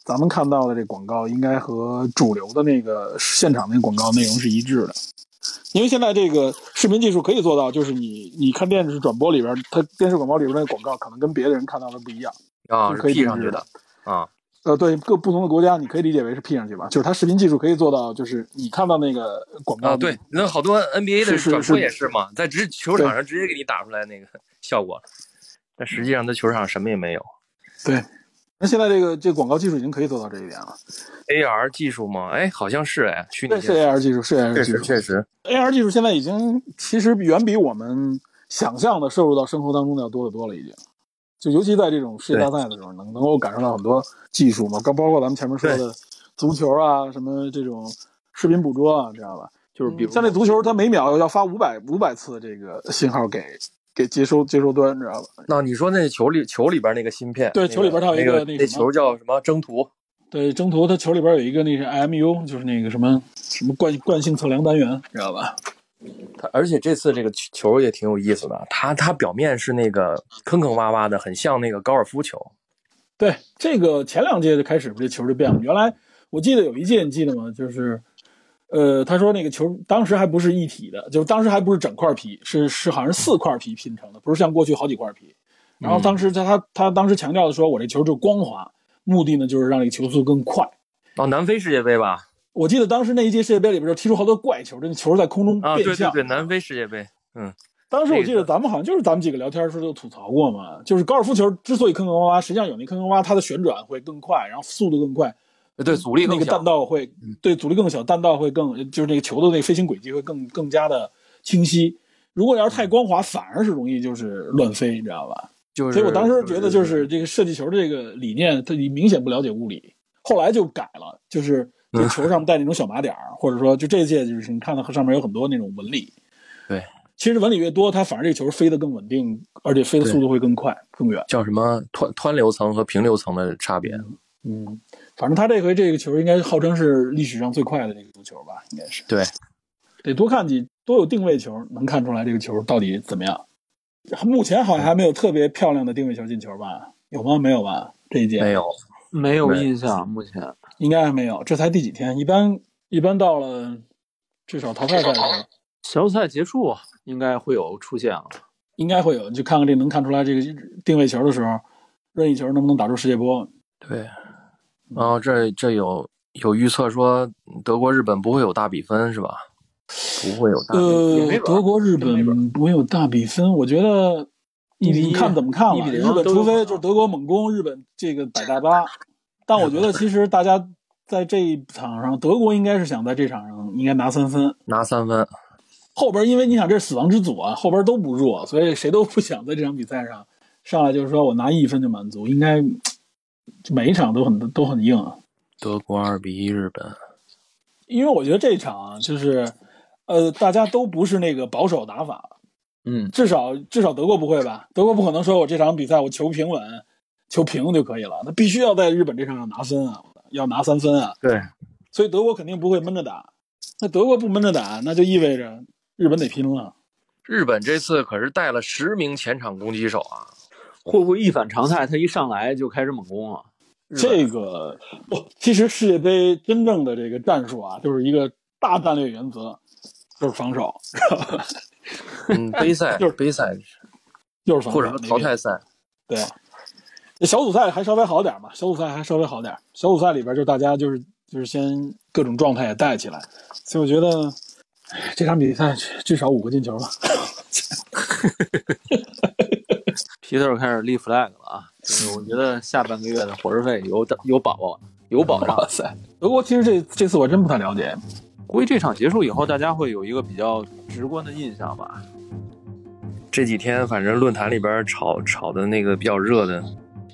C: 咱们看到的这广告应该和主流的那个现场那个广告内容是一致的。因为现在这个视频技术可以做到，就是你你看电视转播里边，它电视广告里边那个广告可能跟别的人看到的不一样
A: 啊，
C: 是
A: 是
C: 可以
A: P 上
C: 定制
A: 去的啊。
C: 呃，对，各不同的国家，你可以理解为是 P 上去吧，就是它视频技术可以做到，就是你看到那个广告
A: 啊，对，那好多 NBA 的
C: 嗯是是
A: 转播
C: 是
A: 也是嘛，在直球场上直接给你打出来那个 效果，但实际上在球场上什么也没有。
C: 对，那现在这个这个广告技术已经可以做到这一点了。
A: AR 技术吗？哎，好像是哎，虚拟
C: 这是
A: 现实，
C: AR 技术，是 AR
A: 确
C: 技
A: 实
C: 术
A: 确实，
C: ，AR 技术现在已经其实远比我们想象的摄入到生活当中的要多得多了，已经。就尤其在这种世界大赛的时候，能能够感受到很多技术嘛，刚包括咱们前面说的足球啊，什么这种视频捕捉啊，知道吧？
E: 就是
A: 嗯
E: 比如
C: 像那足球，它每秒要发五百五百次这个信号给给接收接收端，知道吧？
A: 那你说那球里球里边那个芯片，
C: 对
A: 那个
C: 球里边它有一个
A: 那
C: 那
A: 那
C: 个什么
A: 球叫什么征途？
C: 对，征途它球里边有一个那是 IMU，就是那个什么什么惯惯性测量单元，知道吧？
A: 它而且这次这个球球也挺有意思的，啊它它表面是那个坑坑洼洼的，很像那个高尔夫球。
C: 对，这个前两届就开始不这球就变了。原来我记得有一届，你记得吗？就是，呃，他说那个球当时还不是一体的，就是当时还不是整块皮，是是好像是四块皮拼成的，不是像过去好几块皮。然后当
A: 嗯
C: 时他他他当时强调的说，我这球就光滑，目的呢就是让这个球速更快。
A: 哦，南非世界杯吧？
C: 我记得当时那一届世界杯里边就踢出好多怪球，这球在空中
A: 啊，对
C: 变
A: 对
C: 向。
A: 对，南非世界杯。嗯，
C: 当时我记得咱们好像就是咱们几个聊天的时候就吐槽过嘛，就是高尔夫球之所以坑坑洼洼，实际上有那坑坑洼，它的旋转会更快，然后速度更快，
A: 呃对，阻力
C: 那
A: 更
C: 个
A: 小
C: 弹。道会对阻力更小，弹道会更就是那个球的那个飞行轨迹会更更加的清晰。如果要是太光滑，反而是容易就是乱飞，你知道吧？
A: 就是，
C: 所以我当时觉得就是这个设计球这个理念，它明显不了解物理，后来就改了，就是这球上带那种小麻点儿，或者说就这届就是你看到上面有很多那种纹理。
A: 对，
C: 其实纹理越多，它反而这个球飞得更稳定，而且飞的速度会更快、更远。
A: 叫什么湍湍流层和平流层的差别。
C: 嗯，反正他这回这个球应该号称是历史上最快的这个足球吧，应该是
A: 对，
C: 得多看几多有定位球，能看出来这个球到底怎么样。目前好像还没有特别漂亮的定位球进球吧？有吗？没有吧？这一届
A: 没有。
E: 没有
A: 对
E: 印象，目前
C: 应该还没有，这才第几天？一般一般到了至少淘汰赛的时候，
E: 小组赛结束应该会有出现了。
C: 应该会有。你就看看这能看出来这个定位球的时候，任意球能不能打出世界波？
A: 对，然后这这有有预测说德国日本不会有大比分是吧？不会有大比分，也
C: 呃
A: 没，准
C: 德国日
E: 没
C: 本不会有大比分，我觉得
E: 一比一
C: 你看怎么看
E: 一
C: 吧。
E: 比
C: 日
E: 零啊
C: 本
E: 都有
C: 除
E: 可
C: 非
E: 能
C: 就是德国猛攻，日本这个摆大巴。但我觉得其实大家在这一场上，德国应该是想在这场上应该拿三分。
A: 拿三分。
C: 后边因为你想这是死亡之组啊，后边都不弱，所以谁都不想在这场比赛上上来就是说我拿一分就满足，应该嘖每一场都很都很硬啊。
A: 德国二比一日本，
C: 因为我觉得这场啊，就是呃大家都不是那个保守打法，
E: 嗯，
C: 至少至少德国不会吧？德国不可能说我这场比赛我求平稳、求平就可以了，他必须要在日本这场上拿分啊，要拿三分啊。
A: 对，
C: 所以德国肯定不会闷着打。那德国不闷着打，那就意味着日本得拼了。
A: 日本这次可是带了十名前场攻击手 啊！
E: 会不会一反常态，他一上来就开始猛攻啊？
A: 日本
C: 这个不，其实世界杯真正的这个战术啊，就是一个大战略原则，就是防守，
A: 嗯，杯赛
C: 就是
A: 杯赛
C: 就是防守，
A: 或者说淘
C: 没别
A: 汰赛，
C: 对。那小组赛还稍微好点嘛，小组赛还稍微好点。小组赛里边就大家就是就是先各种状态也带起来，所以我觉得哎这场比赛至少五个进球吧。
E: 皮特开始立 flag 了啊！就是我觉得下半个月的伙食费有有保了，有 保障。
C: 塞，德国其实这这次我真不太了解，
E: 估计这场结束以后，大家会有一个比较直观的印象吧。
A: 这几天反正论坛里边炒炒的那个比较热的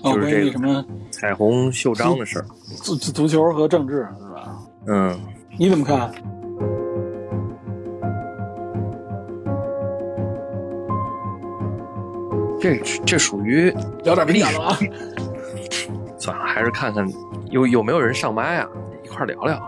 C: 哦，
A: 就是
C: 关
A: 这
C: 于
A: 个
C: 什么
A: 彩虹袖章的事儿。
C: 足足足球和政治是吧？
A: 嗯，
C: 你怎么看？
A: 这这属于
C: 聊点敏感了啊！
A: 算了，还是看看有有没有人上麦啊，一块儿聊聊。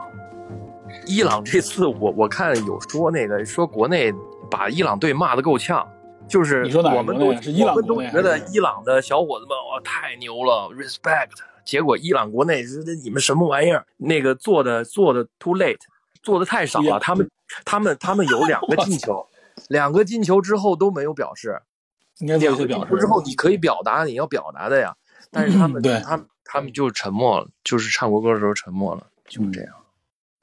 A: 伊朗这次我我看有说那个说国内把伊朗队骂得够呛，就是
C: 你说哪个
A: 我们
C: 国
A: 都
C: 内啊是伊朗
A: 我们都
C: 国内
A: 觉得
C: 还是
A: 伊朗的小伙子们哇太牛了，respect。结果伊朗国内是你们什么玩意儿？那个做的做的 too late，做的太少
C: 哎
A: 了。
C: 呀
A: 他们他们他们有两个进球，两个进球之后都没有表示。
C: 应该做
A: 两
C: 一些
A: 个进
C: 表
A: 球
C: 示
A: 之。后，你可以表达你要表达的呀。但是他
E: 嗯
A: 们，
C: 对
A: 他们他们就沉默了，就是唱国歌的时候沉默了，就是这样。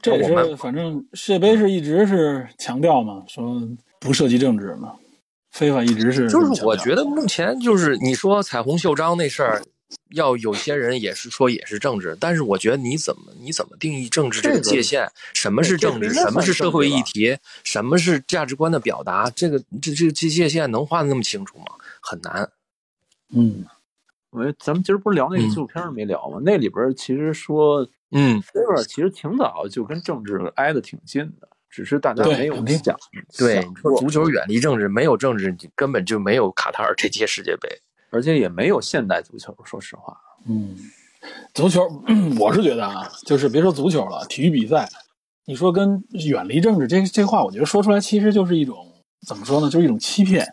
C: 这也
A: 我们
C: 是反正世界杯是一直是强调嘛，说不涉及政治嘛。非法一直
E: 嗯
C: 是这么强
A: 就是
C: 调
A: 我觉得目前就是你说彩虹袖章那事儿，要有些人也是说也是政治，但是我觉得你怎么你怎么定义政治这个
E: 这个
A: 界限？什么是政
E: 这
A: 治？
E: 个应该
A: 什么是
E: 算
A: 社
E: 政
A: 会
E: 治吧
A: 议题？什么是价值观的表达？这个这这这界限能画的那么清楚吗？很难。
C: 嗯，
E: 我觉得咱们今儿不是聊那个纪录片儿没聊吗？那里边儿其实说
A: 嗯，
E: Fever 其实挺早就跟政治挨得挺近的，只是大家
C: 对
E: 没有
C: 肯定
E: 想
A: 对
E: 想，
A: 说
E: 过，
A: 足球远离政治，没有政治你根本就没有卡塔尔这届世界杯。
E: 而且也没有现代足球。说实话，
C: 嗯，足球， 我是觉得啊，就是别说足球了，体育比赛，你说跟远离政治这这话，我觉得说出来其实就是一种怎么说呢，就是一种欺骗。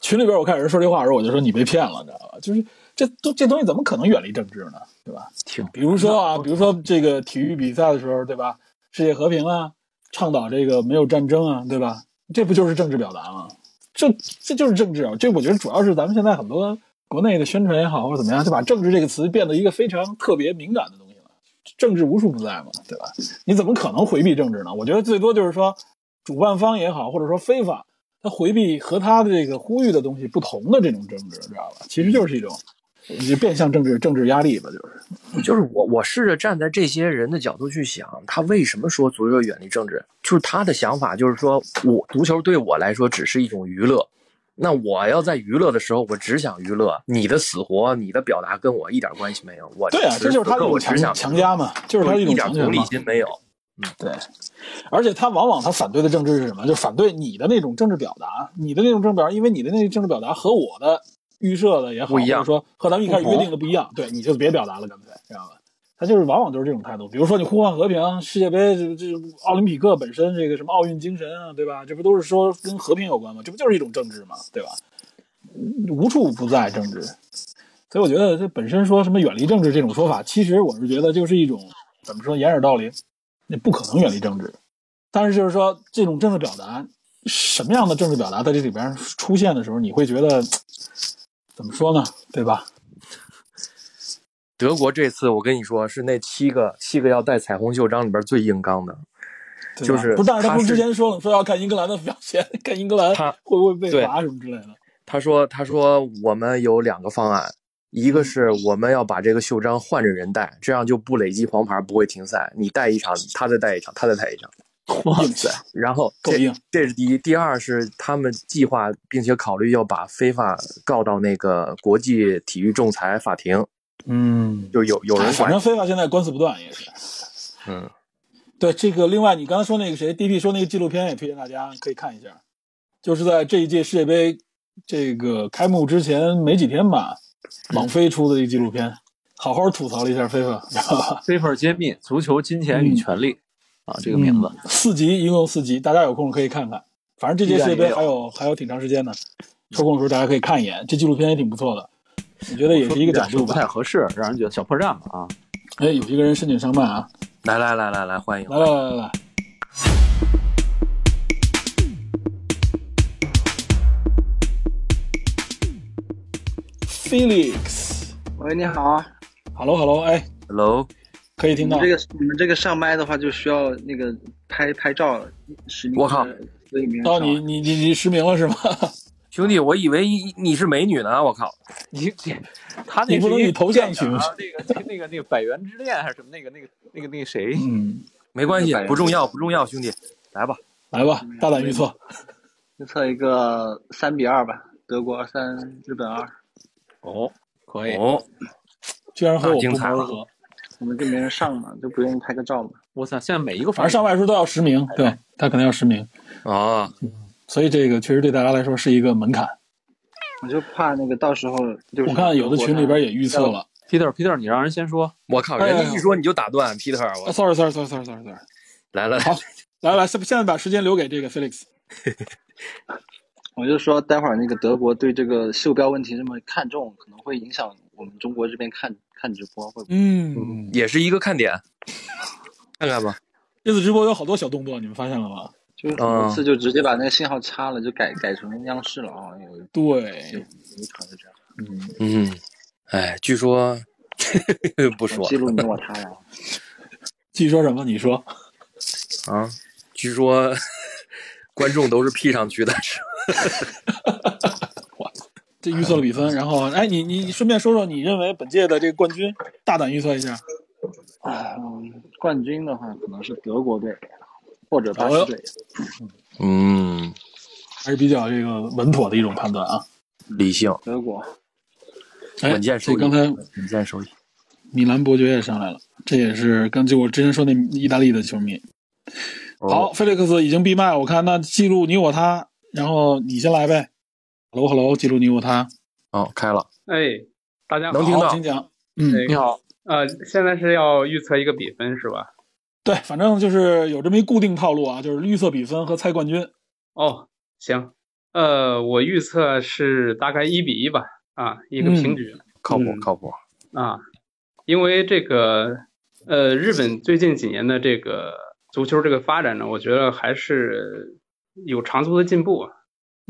C: 群里边我看有人说这话的时候，我就说你被骗了，你知道吧？就是这都这东西怎么可能远离政治呢？对吧？
E: 挺
C: 比如说啊，比如说这个体育比赛的时候，对吧？世界和平啊，倡导这个没有战争啊，对吧？这不就是政治表达吗？这这就是政治啊！这我觉得主要是咱们现在很多国内的宣传也好，或者怎么样，就把政治这个词变得一个非常特别敏感的东西了。政治无处不在嘛，对吧？你怎么可能回避政治呢？我觉得最多就是说，主办方也好，或者说非法，他回避和他的这个呼吁的东西不同的这种政治，知道吧？其实就是一种就变相政治政治压力吧，就是。
A: 就是我，我试着站在这些人的角度去想，他为什么说足球远离政治？就是他的想法，就是说我足球对我来说只是一种娱乐。那我要在娱乐的时候，我只想娱乐，你的死活、你的表达跟我一点关系没有。我
C: 对啊，
A: 此
C: 这
A: 时
C: 就是他这
A: 此刻
C: 种
A: 我只
C: 强
A: 想
C: 强加嘛，就是他
A: 就
C: 一种
A: 点
C: 强
A: 同
C: 权
A: 理
C: 嘛。
A: 心没有。
C: 对，而且他往往他反对的政治是什么？就反对你的那种政治表达，你的那种政治表达，因为你的那个政治表达和我的预设的也好，
A: 不一样嗯
C: 或者说和咱们一开始约定的不一样，对，你就别表达了，干脆，知道吧？他就是往往就是这种态度，比如说你呼唤和平，世界杯这这奥林匹克本身这个什么奥运精神啊，对吧？这不都是说跟和平有关吗？这不就是一种政治吗？对吧？嗯无处不在政治，所以我觉得这本身说什么远离政治这种说法，其实我是觉得就是一种怎么说掩耳盗铃，那不可能远离政治。但是就是说，这种政治表达，什么样的政治表达在这里边出现的时候，你会觉得怎么说呢？对吧？
A: 德国这次我跟你说，是那七个七个要戴彩虹袖章里边最硬刚的。
C: 对吧
A: 就是
C: 不是？但是他
A: 他
C: 不是之
A: 是
C: 前说了吗说要看英格兰的表现， 看英格兰
A: 他
C: 会不会被
A: 对
C: 罚什么之类的。
A: 他说：“他说我们有两个方案，一
C: 嗯
A: 个是我们要把这个袖章换着人戴，这样就不累积黄牌，不会停赛。你戴一场，他再戴一场，他再戴一场。
E: 哇
C: 硬气
E: 塞，
A: 然后
C: 够
A: 这
C: 硬
A: 这是第一，第二是他们计划并且考虑要把非法告到那个国际体育仲裁法庭，
C: 嗯，
A: 就有有人
C: 反
A: 管
C: 正非法现在官司不断也是。
A: 嗯，
C: 对这个，另外你刚才说那个谁，DP 说那个纪录片也推荐大家可以看一下，就是在这一届世界杯这个开幕之前没几天吧，
A: 嗯
C: 网飞出的这个纪录片，好好吐槽了一下非法，知道吧？
E: Fever 揭秘足球、金钱与权力、啊，这个名字
C: 嗯、四集，一共有四集，大家有空可以看看。反正这届世界杯还有还有挺长时间的，抽空的时候大家可以看一眼。这纪录片也挺不错的，我觉得也是一个角度
E: 不
C: 吧
E: 太。合适，让人觉得小破站吧啊。
C: 哎，有一个人申请上麦啊，
A: 来来来来来，欢迎
C: 来来来来来，Felix。
F: 喂，你好啊！
C: Hello，Hello，哎，
A: ，Hello，
C: 可以
F: 你
C: 听
F: 们
C: 到
F: 这。个你们这个上麦的话，就需要那个拍拍照，实名
A: 我靠
F: 制所以没人上
C: 哦，
F: 啊
C: 你你你你实名了是吗？
A: 兄弟，我以为你你是美女呢，我靠，
E: 你这 他
C: 你
E: 那
C: 不能
E: 是一
C: 以头 像取
E: 电影啊 那个那个那个百元之恋还是什么那个那个那个那个谁？
C: 嗯，
A: 没关系，不重要不重要，兄弟，来吧，
C: 来吧，大胆预测。
F: 就测一个三比二吧，德国二三，日本二，
E: 哦，可以。啊
A: 哦，
C: 居然和我
A: 那
C: 不
A: 精
C: 谋
A: 彩了
C: 而合，
F: 我们就没人上嘛，就不愿意拍个照嘛。
E: 我操，现在每一个
C: 反正上麦时候都要实名，对他可能要实名。
A: 啊，
C: 所以这个确实对大家来说是一个门槛。
F: 我就怕那个到时候就是
C: 我看有的群里边也预测了。
E: Peter Peter，你让人先说，
A: 我靠，
C: 哎
A: 人家一说你就打断 Peter，我
C: 啊，sorry sorry sorry sorry sorry sorry，
A: 来了，
C: 好，来来，现现在把时间留给这个 Felix。
F: 我就说，待会儿那个德国对这个袖标问题这么看重，可能会影响我们中国这边看看直播，会不会？
C: 嗯，
A: 也是一个看点，看看吧。
C: 这次直播有好多小动作，你们发现了吗？
F: 就是很多次就直接把那个信号插了，就改改成央视了啊、有有
C: 对，
F: 一场就这样，
A: 嗯，哎，据说 不说
F: 记录你 我他了。
C: 继续说什么？你说
A: 啊，据说 观众都是 P 上去的，
C: 这预测了比分，然后哎，你你顺便说说你认为本届的这个冠军，大胆预测一下。
F: 嗯，冠军的话可能是德国队或者巴西队，
A: 嗯，
C: 还是比较这个稳妥的一种判断啊。
A: 理性，
F: 德国。
C: 哎，
A: 稳
C: 这
A: 健收益
C: 刚才
A: 稳健收益。
C: 米兰伯爵也上来了，这也是跟就我之前说那意大利的球迷。
A: 哦
G: 哦
C: 好，菲利克斯已经闭麦，我看那记录你我他，然后你先来呗。Hello Hello，记录你我他，
A: 哦，开了，
G: 哎，大家好，
A: 能听到
C: 好请讲。嗯，
G: 对
E: 你好，
G: 呃，现在是要预测一个比分是吧？
C: 对，反正就是有这么一固定套路啊，就是预测比分和猜冠军。
G: 哦，行，呃，我预测是大概一比一吧，啊，一个平局、
A: 靠谱
G: 嗯
A: 靠谱。
G: 啊，因为这个，呃，日本最近几年的这个足球这个发展呢，我觉得还是有长足的进步啊。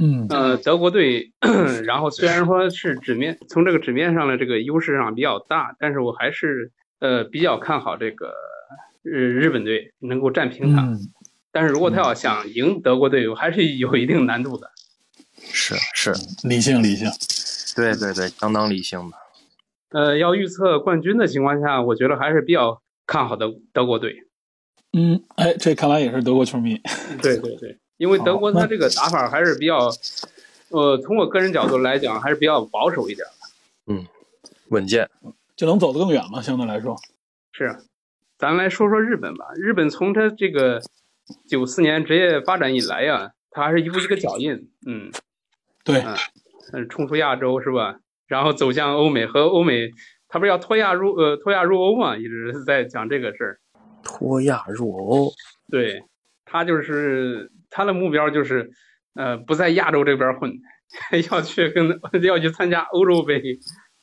C: 嗯
G: 呃，德国队， 然后虽然说是纸面从这个纸面上的这个优势上比较大，但是我还是呃比较看好这个日日本队能够战平他。
C: 嗯，
G: 但是如果他要想赢德国队，我还是有一定难度的。
A: 是是，
C: 理性理性。
A: 对对对，相当理性的。
G: 呃，要预测冠军的情况下，我觉得还是比较看好德德国队。
C: 嗯，哎，这看来也是德国球迷。
G: 对对对，因为德国
C: 好
G: 他
C: 那
G: 这个打法还是比较，呃，从我个人角度来讲，还是比较保守一点。
A: 稳健，
C: 就能走得更远嘛，相对来说。
G: 是，咱来说说日本吧。日本从它这个九四年职业发展以来呀、它还是一步一个脚印，嗯
C: 对，
G: 嗯，冲出亚洲是吧？然后走向欧美和欧美，它不是要脱亚入呃脱亚入欧嘛，一直在讲这个事儿。
A: 脱亚入欧，
G: 对，它就是它的目标就是，呃，不在亚洲这边混， 要去跟要去参加欧洲杯、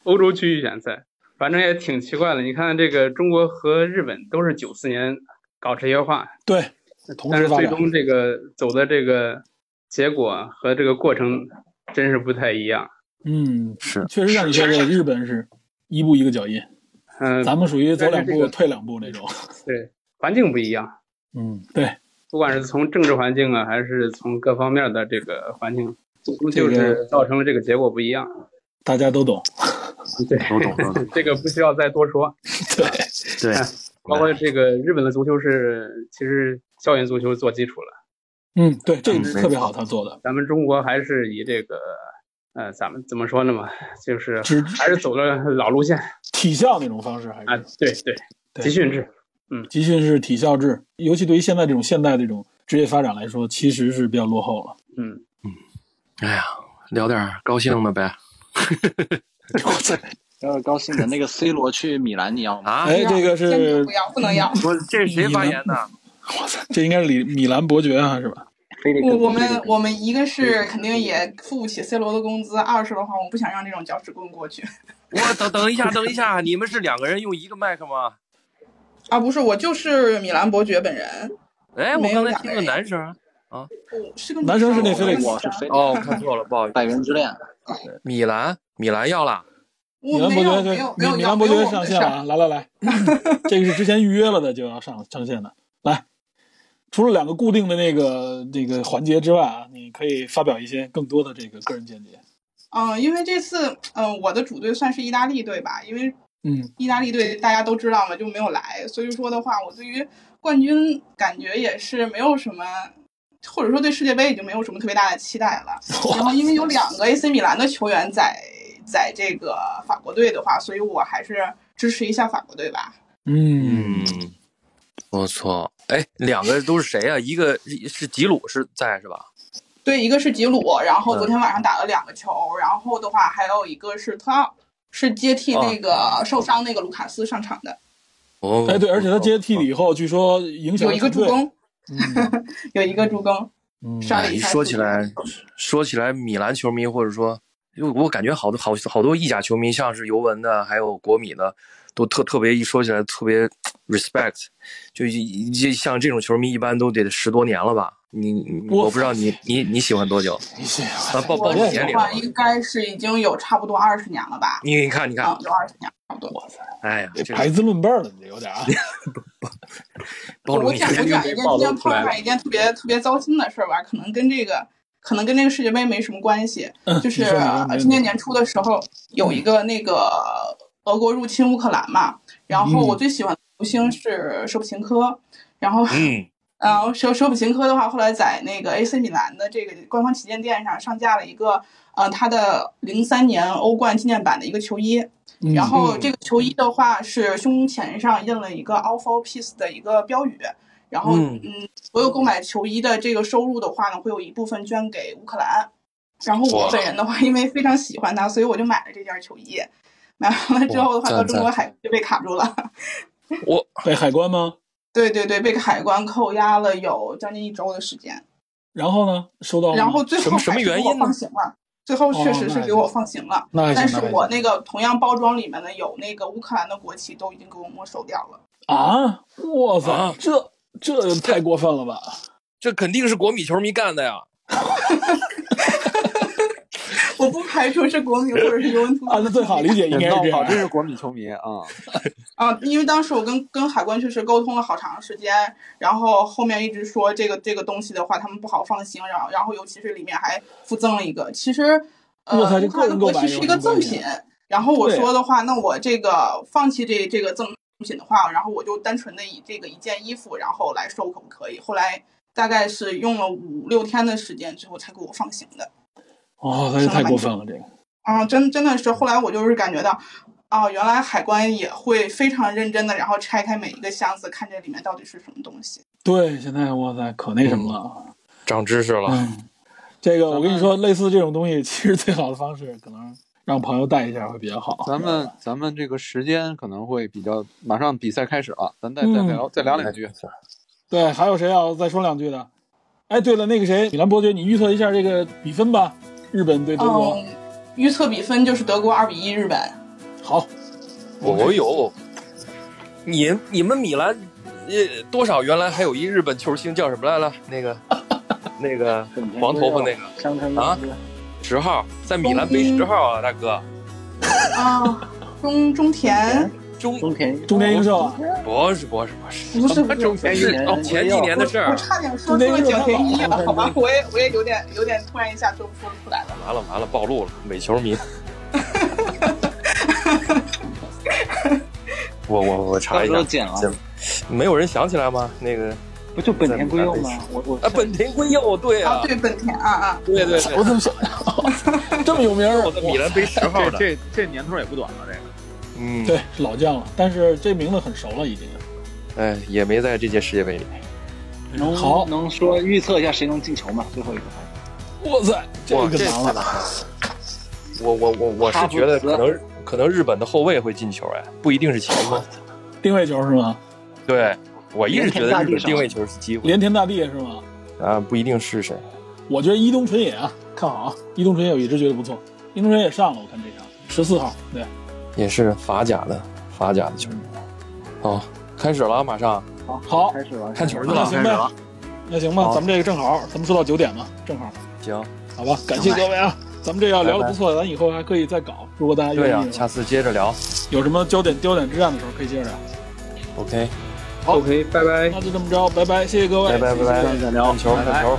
G: 欧洲区预选赛。反正也挺奇怪的，你看这个中国和日本都是九四年搞职业化，
C: 对，同
G: 但
C: 时
G: 是
C: 发
G: 最
C: 展。
G: 终这个走的这个结果和这个过程真是不太一样。
C: 嗯，
A: 是
C: 确实像你说的，日本是一步一个脚印，
G: 嗯、
C: 咱们属于走两
G: 但是这
C: 步
G: 个
C: 退两步那种。
G: 对，环境不一样，
C: 嗯，对，
G: 不管是从政治环境啊，还是从各方面的这个环境，最终就
C: 这
G: 是造成了这个结果不一样。
C: 大家都懂。
G: 对，
A: 都懂都懂。
G: 这个不需要再多说。
C: 对，
A: 对，
G: 包括这个日本的足球是其实校园足球做基础了，
C: 嗯，对，这个
A: 嗯
C: 是
A: 没
C: 特别好，他做的。
G: 咱们中国还是以这个呃，咱们怎么说呢嘛，就是
C: 只
G: 还是走了老路线
C: 体校那种方式还
G: 啊
C: 是。
G: 对对，
C: 对
G: 集训制。
C: 集训是体校制，尤其对于现在这种现代这种职业发展来说，其实是比较落后了。
G: 嗯，
A: 哎呀，聊点儿高兴的呗。
F: 要是高兴的那个 C 罗去米兰，你要吗？
A: 啊，
C: 哎，这个
H: 真的
C: 是
H: 不要，不能要。
A: 不是这是谁发言的？
C: 这应该是里米兰伯爵啊，是吧？
F: 非得
H: 我
F: 跟
H: 我们我们一个是肯定也付不起 C 罗的工资，二是的话，我不想让这种搅屎棍过去。
A: 我啊等等一下，等一下，你们是两个人用一个麦克吗？
H: 啊，不是，我就是米兰伯爵本人，
A: 哎，我
H: 没有
A: 刚才
H: 两
A: 听个
H: 个人
A: 男啊声。
H: 我是个女
C: 男生啊是那
H: 我
C: Felix
F: 我是非得
A: 哦，我看错了，不好意思。
F: 百元之恋，
A: 米兰，米兰要了。
C: 米
H: 我
C: 兰
H: 没
C: 伯
H: 有
C: 爵
H: 没有
C: 对，
H: 没有
C: 米米
H: 要
C: 兰
H: 没
C: 伯
H: 有
C: 爵
H: 我
C: 上
H: 的
C: 线
H: 事
C: 了
H: 儿。
C: 啊，来来来， 这个是之前预约了的，就要上上线的。来，除了两个固定的那个那个环节之外啊，你可以发表一些更多的这个个人见解。
H: 嗯，因为这次嗯、呃我的主队算是意大利队吧，因为
C: 嗯，
H: 意大利队大家都知道嘛，就没有来，所以说的话，我对于冠军感觉也是没有什么，或者说对世界杯已经没有什么特别大的期待了。然后因为有两个 AC 米兰的球员在在这个法国队的话，所以我还是支持一下法国队吧。
C: 嗯，
A: 嗯，不错。哎，两个都是谁啊？一个是吉鲁是在是吧？
H: 对，一个是吉鲁，然后昨天晚上打了两个球，然后的话还有一个是特奥，是接替那个受伤那个卢卡斯上场的，
A: 哦，
C: 哎，对，而且他接替了以后，据说影响
H: 有
C: 了
H: 一个
C: 团
H: 助
C: 队。
H: 攻，有一个助攻，
C: 嗯，
H: 上
A: 哎
H: 了，
A: 一
H: 一
A: 说起来，说起来，米兰球迷或者说，因为我感觉好多好好多意甲球迷，像是尤文的，还有国米的，都特特别一说起来特别 respect，就一一像这种球迷一般都得十多年了吧？你你
C: 我
A: 我不知道你你你喜欢多久？
C: 嗯谢谢
A: 啊，报报
H: 我
A: 你
H: 喜
A: 年龄了
H: 欢
A: 吧？
H: 应该是已经有差不多二十年了吧，
A: 你你看你看
H: 嗯，，有二十年差不多。
A: 哎呀，这
C: 排资论辈儿了，你这有点啊。
A: 包
H: 我
A: 容一下
H: 讲，我讲一
E: 被
H: 件
E: 暴
H: 今
E: 露
H: 天
E: 出
H: 碰
E: 来
H: 上一件特别特别糟心的事儿吧，可能跟这个可能跟这个世界杯没什么关系，就是
C: 你说你说没
H: 呃
C: 问
H: 今
C: 题
H: 年年初的时候有一个那个俄国入侵乌克兰嘛，然后我最喜欢的球星是舍甫琴科，然后
A: 嗯，
H: 然后舍舍甫琴科的话，后来在那个 AC 米兰的这个官方旗舰店上上架了一个呃他的零三年欧冠纪念版的一个球衣，
A: 嗯
C: 嗯
H: 然后这个球衣的话是胸前上印了一个 “All for Peace” 的一个标语，然后
A: 嗯
H: 嗯，所有购买球衣的这个收入的话呢，会有一部分捐给乌克兰。然后我本人的话，因为非常喜欢它，所以我就买了这件球衣。买完了之后的话，
A: 哇
H: 到
A: 赞
H: 中国海就被卡住了。
C: 被海关吗？
H: 对对对，被海关扣押了有将近一周的时间。
C: 然后呢？收到了吗
H: 然后最
A: 哦什
H: 后
A: 么什么
H: 还是
A: 原
H: 给我
A: 因呢
H: 放行了，最后确
C: 哦
H: 实
C: 那
H: 是
C: 还
H: 给我放行了。
C: 那还行
H: 但是
C: 那还
H: 我
C: 行
H: 那个同样包装里面的有那个乌克兰的国旗都已经给我没收掉了。
C: 啊，哇塞，
A: 啊
C: 这这太过分了吧？
A: 这肯定是国米球迷干的呀！
H: 我不排除是国米或者是尤文图
C: 按照啊最好理解应该 是这
E: 闹
C: 样
E: 好，。真是国米球迷啊！
H: 啊，因为当时我跟跟海关确实沟通了好长时间，然后后面一直说这个这个东西的话，他们不好放行，然后然后尤其是里面还附赠了一个，其实呃，
C: 我操这
H: 乌克
C: 个
H: 兰的
C: 人
H: 国
C: 购买有
H: 旗是
C: 什
H: 一个
C: 么关
H: 赠
C: 系
H: 品，然后我
C: 对啊
H: 说的话，那我这个放弃这这个赠品的话，然后我就单纯的以这个一件衣服然后来收可不可以？后来大概是用了五六天的时间之后才给我放行的。
C: 哦，那就太过分了，这个。
H: 啊，真真的是，后来我就是感觉到，啊，原来海关也会非常认真的，然后拆开每一个箱子，看这里面到底是什么东西。
C: 对，现在哇塞，可那什么了。
A: 长知识了，
C: 嗯，这个我跟你说，类似这种东西，其实最好的方式可能让朋友带一下会比较好。
E: 咱们咱们这个时间可能会比较，马上比赛开始了，咱再
C: 嗯
E: 再再聊再聊两句。
C: 对，还有谁要再说两句的？哎，对了，那个谁，米兰伯爵，你预测一下这个比分吧，日本对德国。
H: 嗯，预测比分就是德国二比一日本。
C: 好，
A: 哦呦，你你们米兰，呃，多少原来还有一日本球星叫什么来了？那 个那个黄头发那个
F: 香橙
A: 啊
F: 汁
A: 十号，在米兰背十号啊，大哥，
H: 啊， 中中田
A: 中
F: 中田
C: 中田英寿啊，
A: 不是不是不是，
H: 不是不
A: 中
H: 是，
A: 田是哦前几年的事
H: 我
A: 儿，
H: 差点说出了井田一了，好吧，我也我也有点有点突然一下说不说出来了。
A: 完了完了，暴露了，伪球 迷。我我我查
F: 到
A: 一
F: 时
A: 下
F: 候，剪了，
A: 没有人想起来吗？那个
F: 不就本田圭佑吗？我我
A: 啊，本田圭佑，对
H: 啊
A: 啊，，
H: 对，本田啊啊，
A: 对对对，
C: 我怎么想呀？这么有名儿，
A: 我在米兰背十号
E: 这
A: 的，
E: 这这年头也不短了，这个。
A: 嗯，
C: 对，是老将了，但是这名字很熟了已经。
A: 哎，也没在这届世界杯里。
F: 能
C: 好
F: 能说预测一下谁能进球吗？最后一个环节，
C: 哇塞，这
A: 哇
C: 个
A: 这
C: 难了，
A: 我我我我是觉得可能可能日本的后卫会进球，哎，不一定是前锋。
C: 定位球是吗？
A: 对我一直觉得
F: 连天大
A: 日
F: 地
A: 本
F: 上
A: 定位球是机会
C: 连田大地是吗？
A: 啊，不一定是谁。
C: 我觉得伊东纯也啊，看好啊，伊东纯也我一直觉得不错，伊东纯也上了，我看这场十四号，对，
A: 也是法甲的法甲的球员。哦，开始了，马上
C: 好，
F: 开始了，
A: 看球去
C: 那
A: 了。
C: 行呗，那行吧，咱们这个正好，咱们说到九点嘛，正好，
A: 行，
C: 好吧，感谢各位啊，咱们这要聊的不错，咱以后还可以再搞，如果大家
A: 对呀、
C: 愿意的
A: 下
C: 话，
A: 次接着聊。
C: 有什么焦点焦点之战的时候可以接着聊，
A: OK，
I: OK，拜拜。
C: 那就这么着，拜拜，谢谢各位，
A: 拜拜拜拜，看球看球。